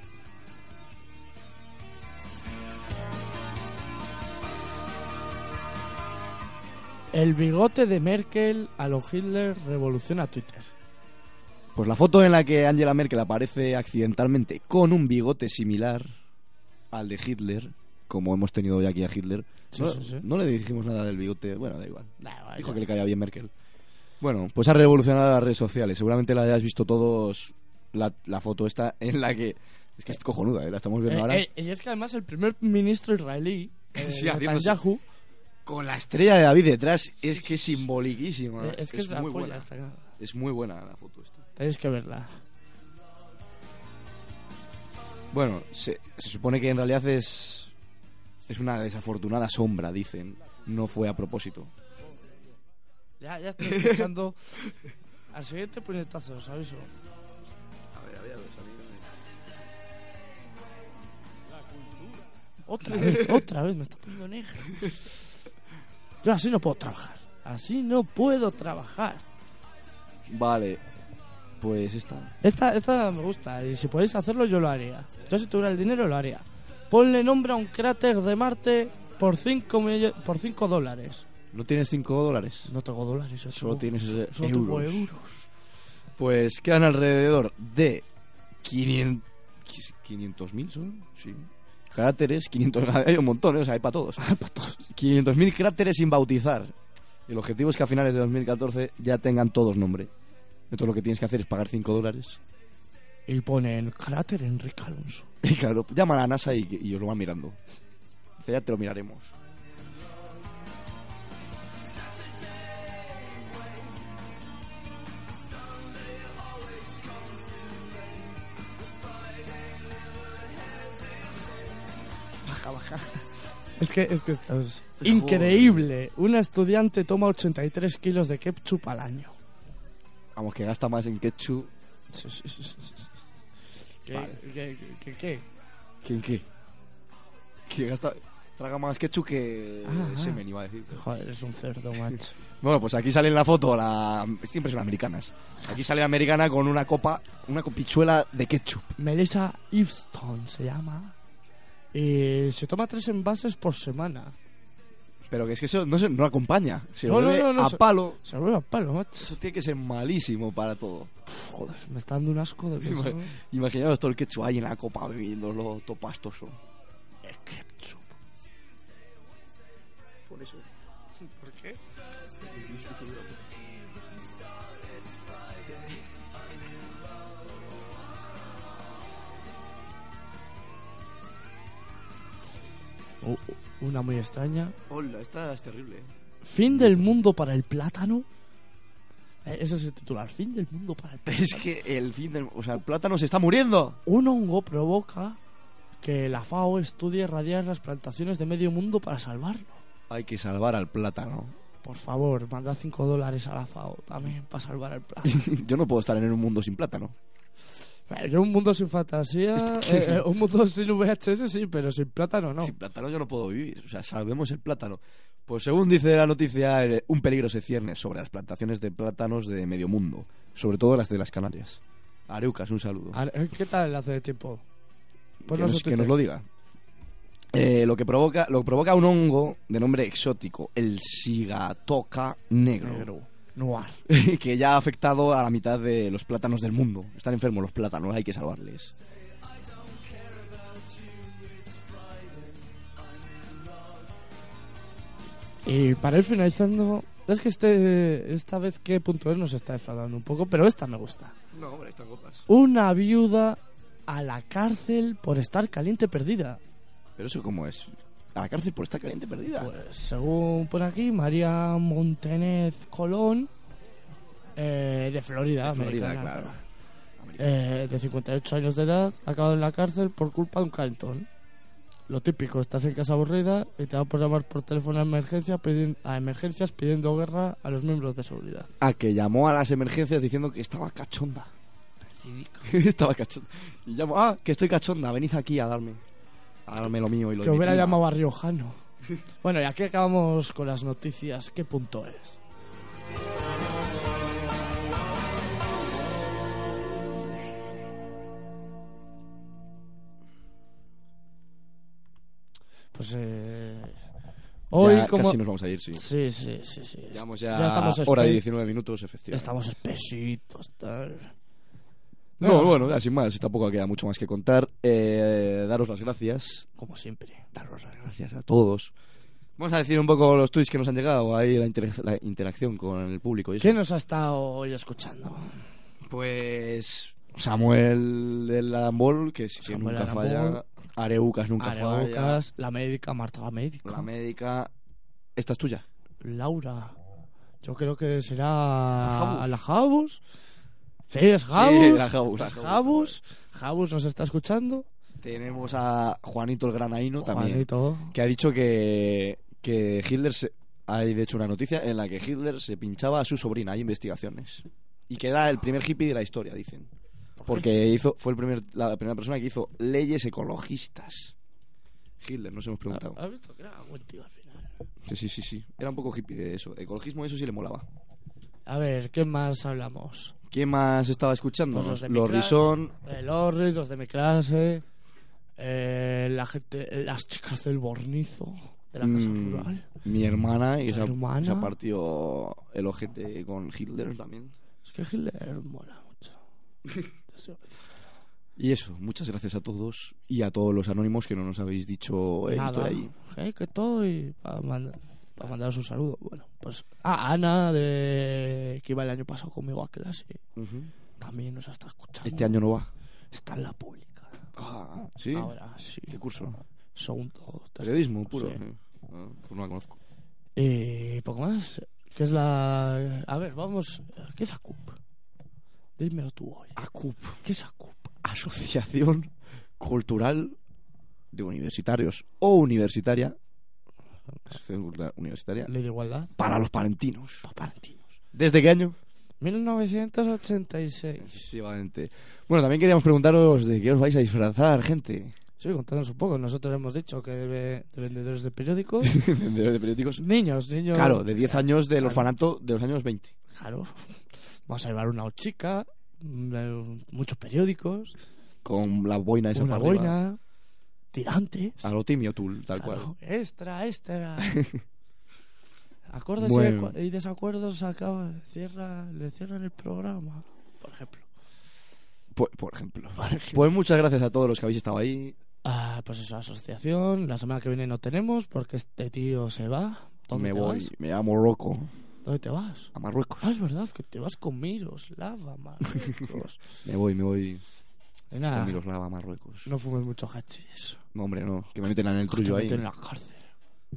El bigote de Merkel a los Hitler revoluciona Twitter.
Pues la foto en la que Angela Merkel aparece accidentalmente con un bigote similar al de Hitler, como hemos tenido hoy aquí a Hitler,
Sí,
no,
sí, sí.
no le dijimos nada del bigote, bueno, da igual. Dijo
ya.
que le caía bien Merkel. Bueno, pues ha revolucionado las redes sociales. Seguramente la hayáis visto todos la, la foto esta en la que... Es que es cojonuda, ¿eh? La estamos viendo
Eh,
ahora.
eh, y es que además el primer ministro [laughs] israelí, eh,
Sí, haciéndose-
Netanyahu,
Con la estrella de David detrás, es que es simboliquísima.
eh, es que es, la
muy
polla
buena.
esta, claro.
Es muy buena la foto esta.
Tenéis que verla.
Bueno, se, se supone que en realidad es. Es una desafortunada sombra, dicen. No fue a propósito.
Ya, ya estoy escuchando al siguiente puñetazo, os aviso. Otra vez, otra vez, me está poniendo negro. Yo así no puedo trabajar. Así no puedo trabajar.
Vale. Pues esta.
Esta, esta me gusta y si podéis hacerlo yo lo haría. Yo si tuviera el dinero lo haría. Ponle nombre a un cráter de Marte por 5 por cinco dólares.
¿No tienes 5 dólares?
No tengo dólares, yo
Solo
tengo-
tienes eh,
solo tengo
euros.
euros.
Pues quedan alrededor de 500. 500.000 son, sí. Cráteres, 500. [laughs] Hay un montón, ¿eh? o sea, [laughs] hay para todos. para todos. 500.000 cráteres sin bautizar. El objetivo es que a finales de 2014 ya tengan todos nombre. Entonces lo que tienes que hacer es pagar 5 dólares.
Y ponen cráter Enrique Alonso.
Y claro, llaman a la NASA y, y os lo van mirando. Dice, ya te lo miraremos.
Baja, baja. Es que, es que esto es increíble. Una estudiante toma 83 kilos de ketchup al año.
Vamos, que gasta más en ketchup.
¿Qué?
Vale.
¿Qué? ¿Qué? qué?
¿Que en qué? Que gasta... Traga más ketchup que
Ah,
se
ah.
me iba a decir.
Joder, es un cerdo, macho.
Bueno, pues aquí sale en la foto la... Siempre son americanas. Aquí sale la americana con una copa, una copichuela de ketchup.
[laughs] Melissa Ipston se llama. Y se toma tres envases por semana.
Pero que es que eso no, se- no acompaña. Se
No, no,
bebe
no, no,
a
se-
palo.
Se vuelve a palo, macho.
Eso tiene que ser malísimo para todo.
Joder, me está dando un asco [laughs] de
Ima-
pensar.
Imaginaos todo el ketchup ahí en la copa bebiéndolo todo pastoso.
Por eso. [laughs] ¿Por qué? una muy extraña.
Hola, esta es terrible. ¿eh?
Fin del mundo para el plátano. Eh, Ese es el titular. Fin del mundo para el [laughs]
[laughs]
plátano.
Es que el fin del... O sea, el plátano se está muriendo.
Un hongo provoca que la FAO estudie irradiar las plantaciones de medio mundo para salvarlo.
Hay que salvar al plátano. [laughs]
Por favor, manda 5 dólares a la FAO también para salvar el plátano.
Yo no puedo estar en un mundo sin plátano.
Bueno, [laughs] Yo un mundo sin fantasía,
[laughs]
eh, eh, un mundo sin VHS sí, pero sin plátano no.
Sin plátano yo no puedo vivir. O sea, salvemos el plátano. Pues según dice la noticia, el- un peligro se cierne sobre las plantaciones de plátanos de medio mundo, sobre todo las de las Canarias. Areucas, un saludo.
A- eh, ¿Qué tal el hace de tiempo? Pues
que,
Ponnos
nos,
un
que
Twitter.
nos lo diga. Eh, lo que provoca lo que provoca un hongo de nombre exótico, el sigatoca negro,
[laughs] Noir.
[laughs] que ya ha afectado a la mitad de los plátanos del mundo. Están enfermos los plátanos, hay que salvarles.
Y para ir finalizando, es que este, esta vez que punto es nos está defraudando un poco, pero esta me gusta.
No, hombre, están copas.
Una viuda a la cárcel por estar caliente perdida.
Pero eso cómo es? A la cárcel por estar caliente perdida.
Pues según por aquí, María Montenez Colón, eh, de Florida,
De Florida,
americana,
claro.
eh, de 58 años de edad, ha acabado en la cárcel por culpa de un calentón. Lo típico, estás en casa aburrida y te va por llamar por teléfono a, emergencia pidien- a emergencias pidiendo guerra a los miembros de seguridad.
Ah, que llamó a las emergencias diciendo que estaba cachonda. [laughs] estaba cachonda. Y llamó, ah, que estoy cachonda, venid aquí a darme. A darme lo mío y lo
Que
de mi
hubiera
prima".
llamado a Riojano. [laughs] bueno, y aquí acabamos con las noticias. ¿Qué punto es? Pues eh, hoy
Ya
como
casi nos vamos a ir, sí.
Sí, sí, sí, sí.
Llevamos ya,
estamos
hora y
espe-
19 minutos, efectivamente.
Estamos espesitos, tal.
No, bueno, ya sin más, tampoco queda mucho más que contar. Eh, daros las gracias
Como siempre. Daros las
gracias a todos. Vamos a decir un poco los tweets que nos han llegado, ahí la, inter- la interacción con el público. y eso.
¿Quién nos ha estado hoy escuchando?
Pues Samuel del Arambol, que, es- que
Samuel
nunca
Arambol.
falla. Areucas nunca falla.
Araucas, la médica, Marta la médica.
La médica. Esta es tuya.
Laura. Yo creo que será
Jabus.
a la Jabus. Sí, es
Sí,
Jabus.
la Jabus, la
Es
Jabus.
Jabus. Jabus nos está escuchando.
Tenemos a Juanito el Granaino
Juanito.
también. Que ha dicho que, que Hitler. se- hay de hecho una noticia en la que Hitler se pinchaba a su sobrina. Hay investigaciones. Y que era el primer hippie de la historia, dicen. Porque hizo, fue el primer, la primera persona que hizo leyes ecologistas. Hitler, nos hemos preguntado.
¿Has visto que era buen tío al final?
Sí, sí, sí, sí. Era un poco hippie de eso. Ecologismo, eso sí le molaba.
A ver, ¿qué más hablamos?
¿Quién más estaba escuchando?
Pues los de mi
los
clase.
Rison.
Eh, los Riz, los de mi clase. eh, la gente, las chicas del Bornizo, de la Casa
mm,
Rural.
mi hermana, y
La
se ha,
hermana.
se ha partido el ojete con Hitler también.
Es que Hitler mola mucho. Yo soy obeso.
Y eso, muchas gracias a todos y a todos los anónimos que no nos habéis dicho eh,
Nada.
estoy ahí.
Eh, que estoy para mandar, pa mandaros un saludo. Bueno, pues a Ana, de, que iba el año pasado conmigo a clase, también nos está escuchando.
Este año no va.
Está en la pública.
Ah, ¿sí?
Ahora sí.
¿Qué curso?
Segundo. tercero,
Periodismo puro.
sí.
eh. Ah, pues no la conozco.
Eh, poco más. ¿Qué es la...? A ver, vamos. ¿Qué es ACUP? Dímelo tú hoy.
ACUP.
¿Qué es ACUP?
Asociación Cultural de Universitarios o Universitaria. Asociación Cultural Universitaria.
Ley de Igualdad.
Para los palentinos.
Palentinos.
¿Desde qué año?
1986.
Efectivamente. Bueno, también queríamos preguntaros de qué os vais a disfrazar, gente. [laughs]
Sí, contándonos un poco. Nosotros hemos dicho que de, de vendedores
[laughs]
de periódicos. pues
vendedores de periódicos.
Niños, niños.
Claro, de 10 años del
Claro.
orfanato de los años 20.
Claro. [laughs] Vamos a llevar una chica, mm, muchos periódicos,
Con la boina esa
una
para arriba.
boina, tirantes.
A lo Timmy O'Toole, tal cual.
Claro,
[laughs]
Extra, extra. Acordes
Bueno.
y desacuerdos acaba, cierra, le cierran el programa, por ejemplo.
Por, por ejemplo. Pues muchas gracias a todos los que habéis estado ahí.
Ah, pues eso, asociación. La semana que viene no tenemos porque este tío se va. ¿Dónde
Me
te
voy,
vas?
me llamo Rocco.
¿Dónde te vas?
A Marruecos.
Ah, es verdad que te vas con Miros,
[laughs]
lava, Marruecos.
Me voy, me voy.
De nada.
Con Miroslava a Marruecos.
no fumes mucho hachís.
No, hombre, no. Que me meten en el
Pues Te
trullo ahí.
meten en la cárcel.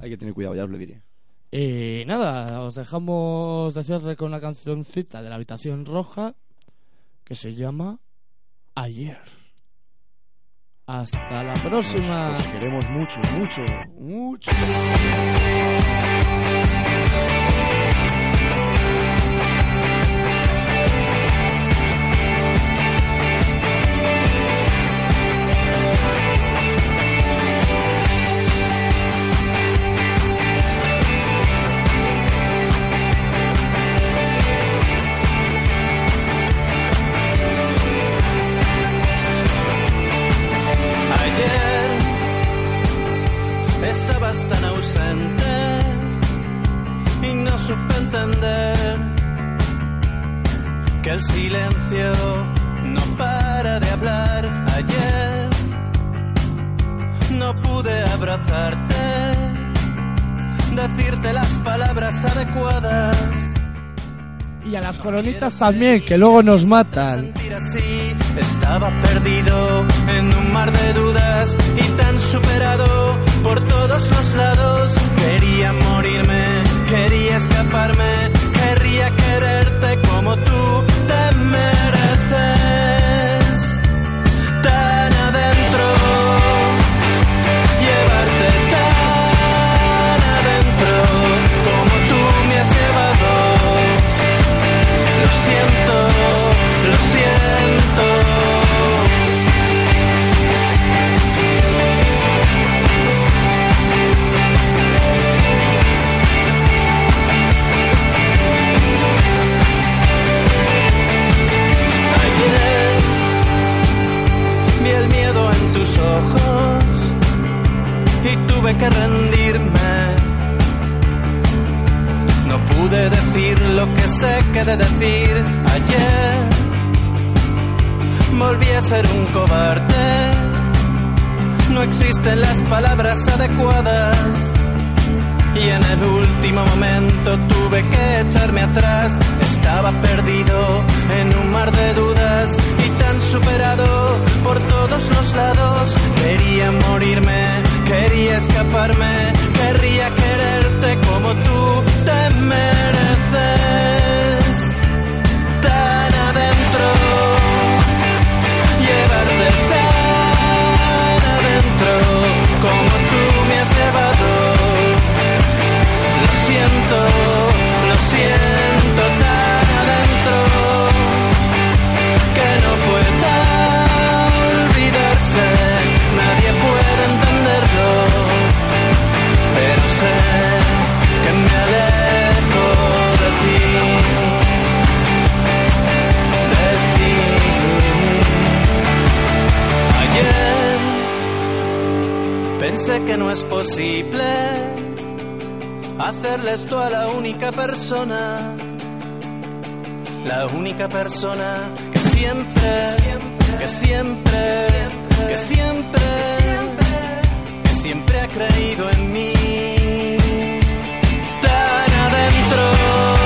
Hay que tener cuidado, ya os lo diré.
Y nada, os dejamos de cierre con una cancioncita de la habitación roja que se llama Ayer. Hasta la próxima.
Os queremos mucho, mucho, mucho.
Ayer estabas tan ausente y no supe entender que el silencio no para de hablar. Ayer no pude abrazarte, decirte las palabras adecuadas.
Y a las coronitas también, que luego nos matan.
sentir así. Estaba perdido en un mar de dudas y tan superado por todos los lados. Quería morirme, quería escaparme, querría quererte como tú te mereces. Tan adentro, llevarte tan adentro como tú me has llevado. Lo siento, lo siento. Ayer vi el miedo en tus ojos y tuve que rendirme. No pude decir lo que sé que he de decir ayer. Volví a ser un cobarde. No existen las palabras adecuadas. Y en el último momento tuve que echarme atrás. Estaba perdido en un mar de dudas y tan superado por todos los lados. Quería morirme, quería escaparme, querría quererte como tú te mereces. Tan adentro, llevarte tan adentro como tú me has llevado. Lo siento, lo siento tan adentro que no pueda olvidarse, nadie puede entenderlo, pero sé que me alejo de ti, de ti. Ayer pensé que no es posible hacerle esto a la única persona, la única persona que siempre, que siempre, que siempre, que siempre ha creído en mí. Tan adentro,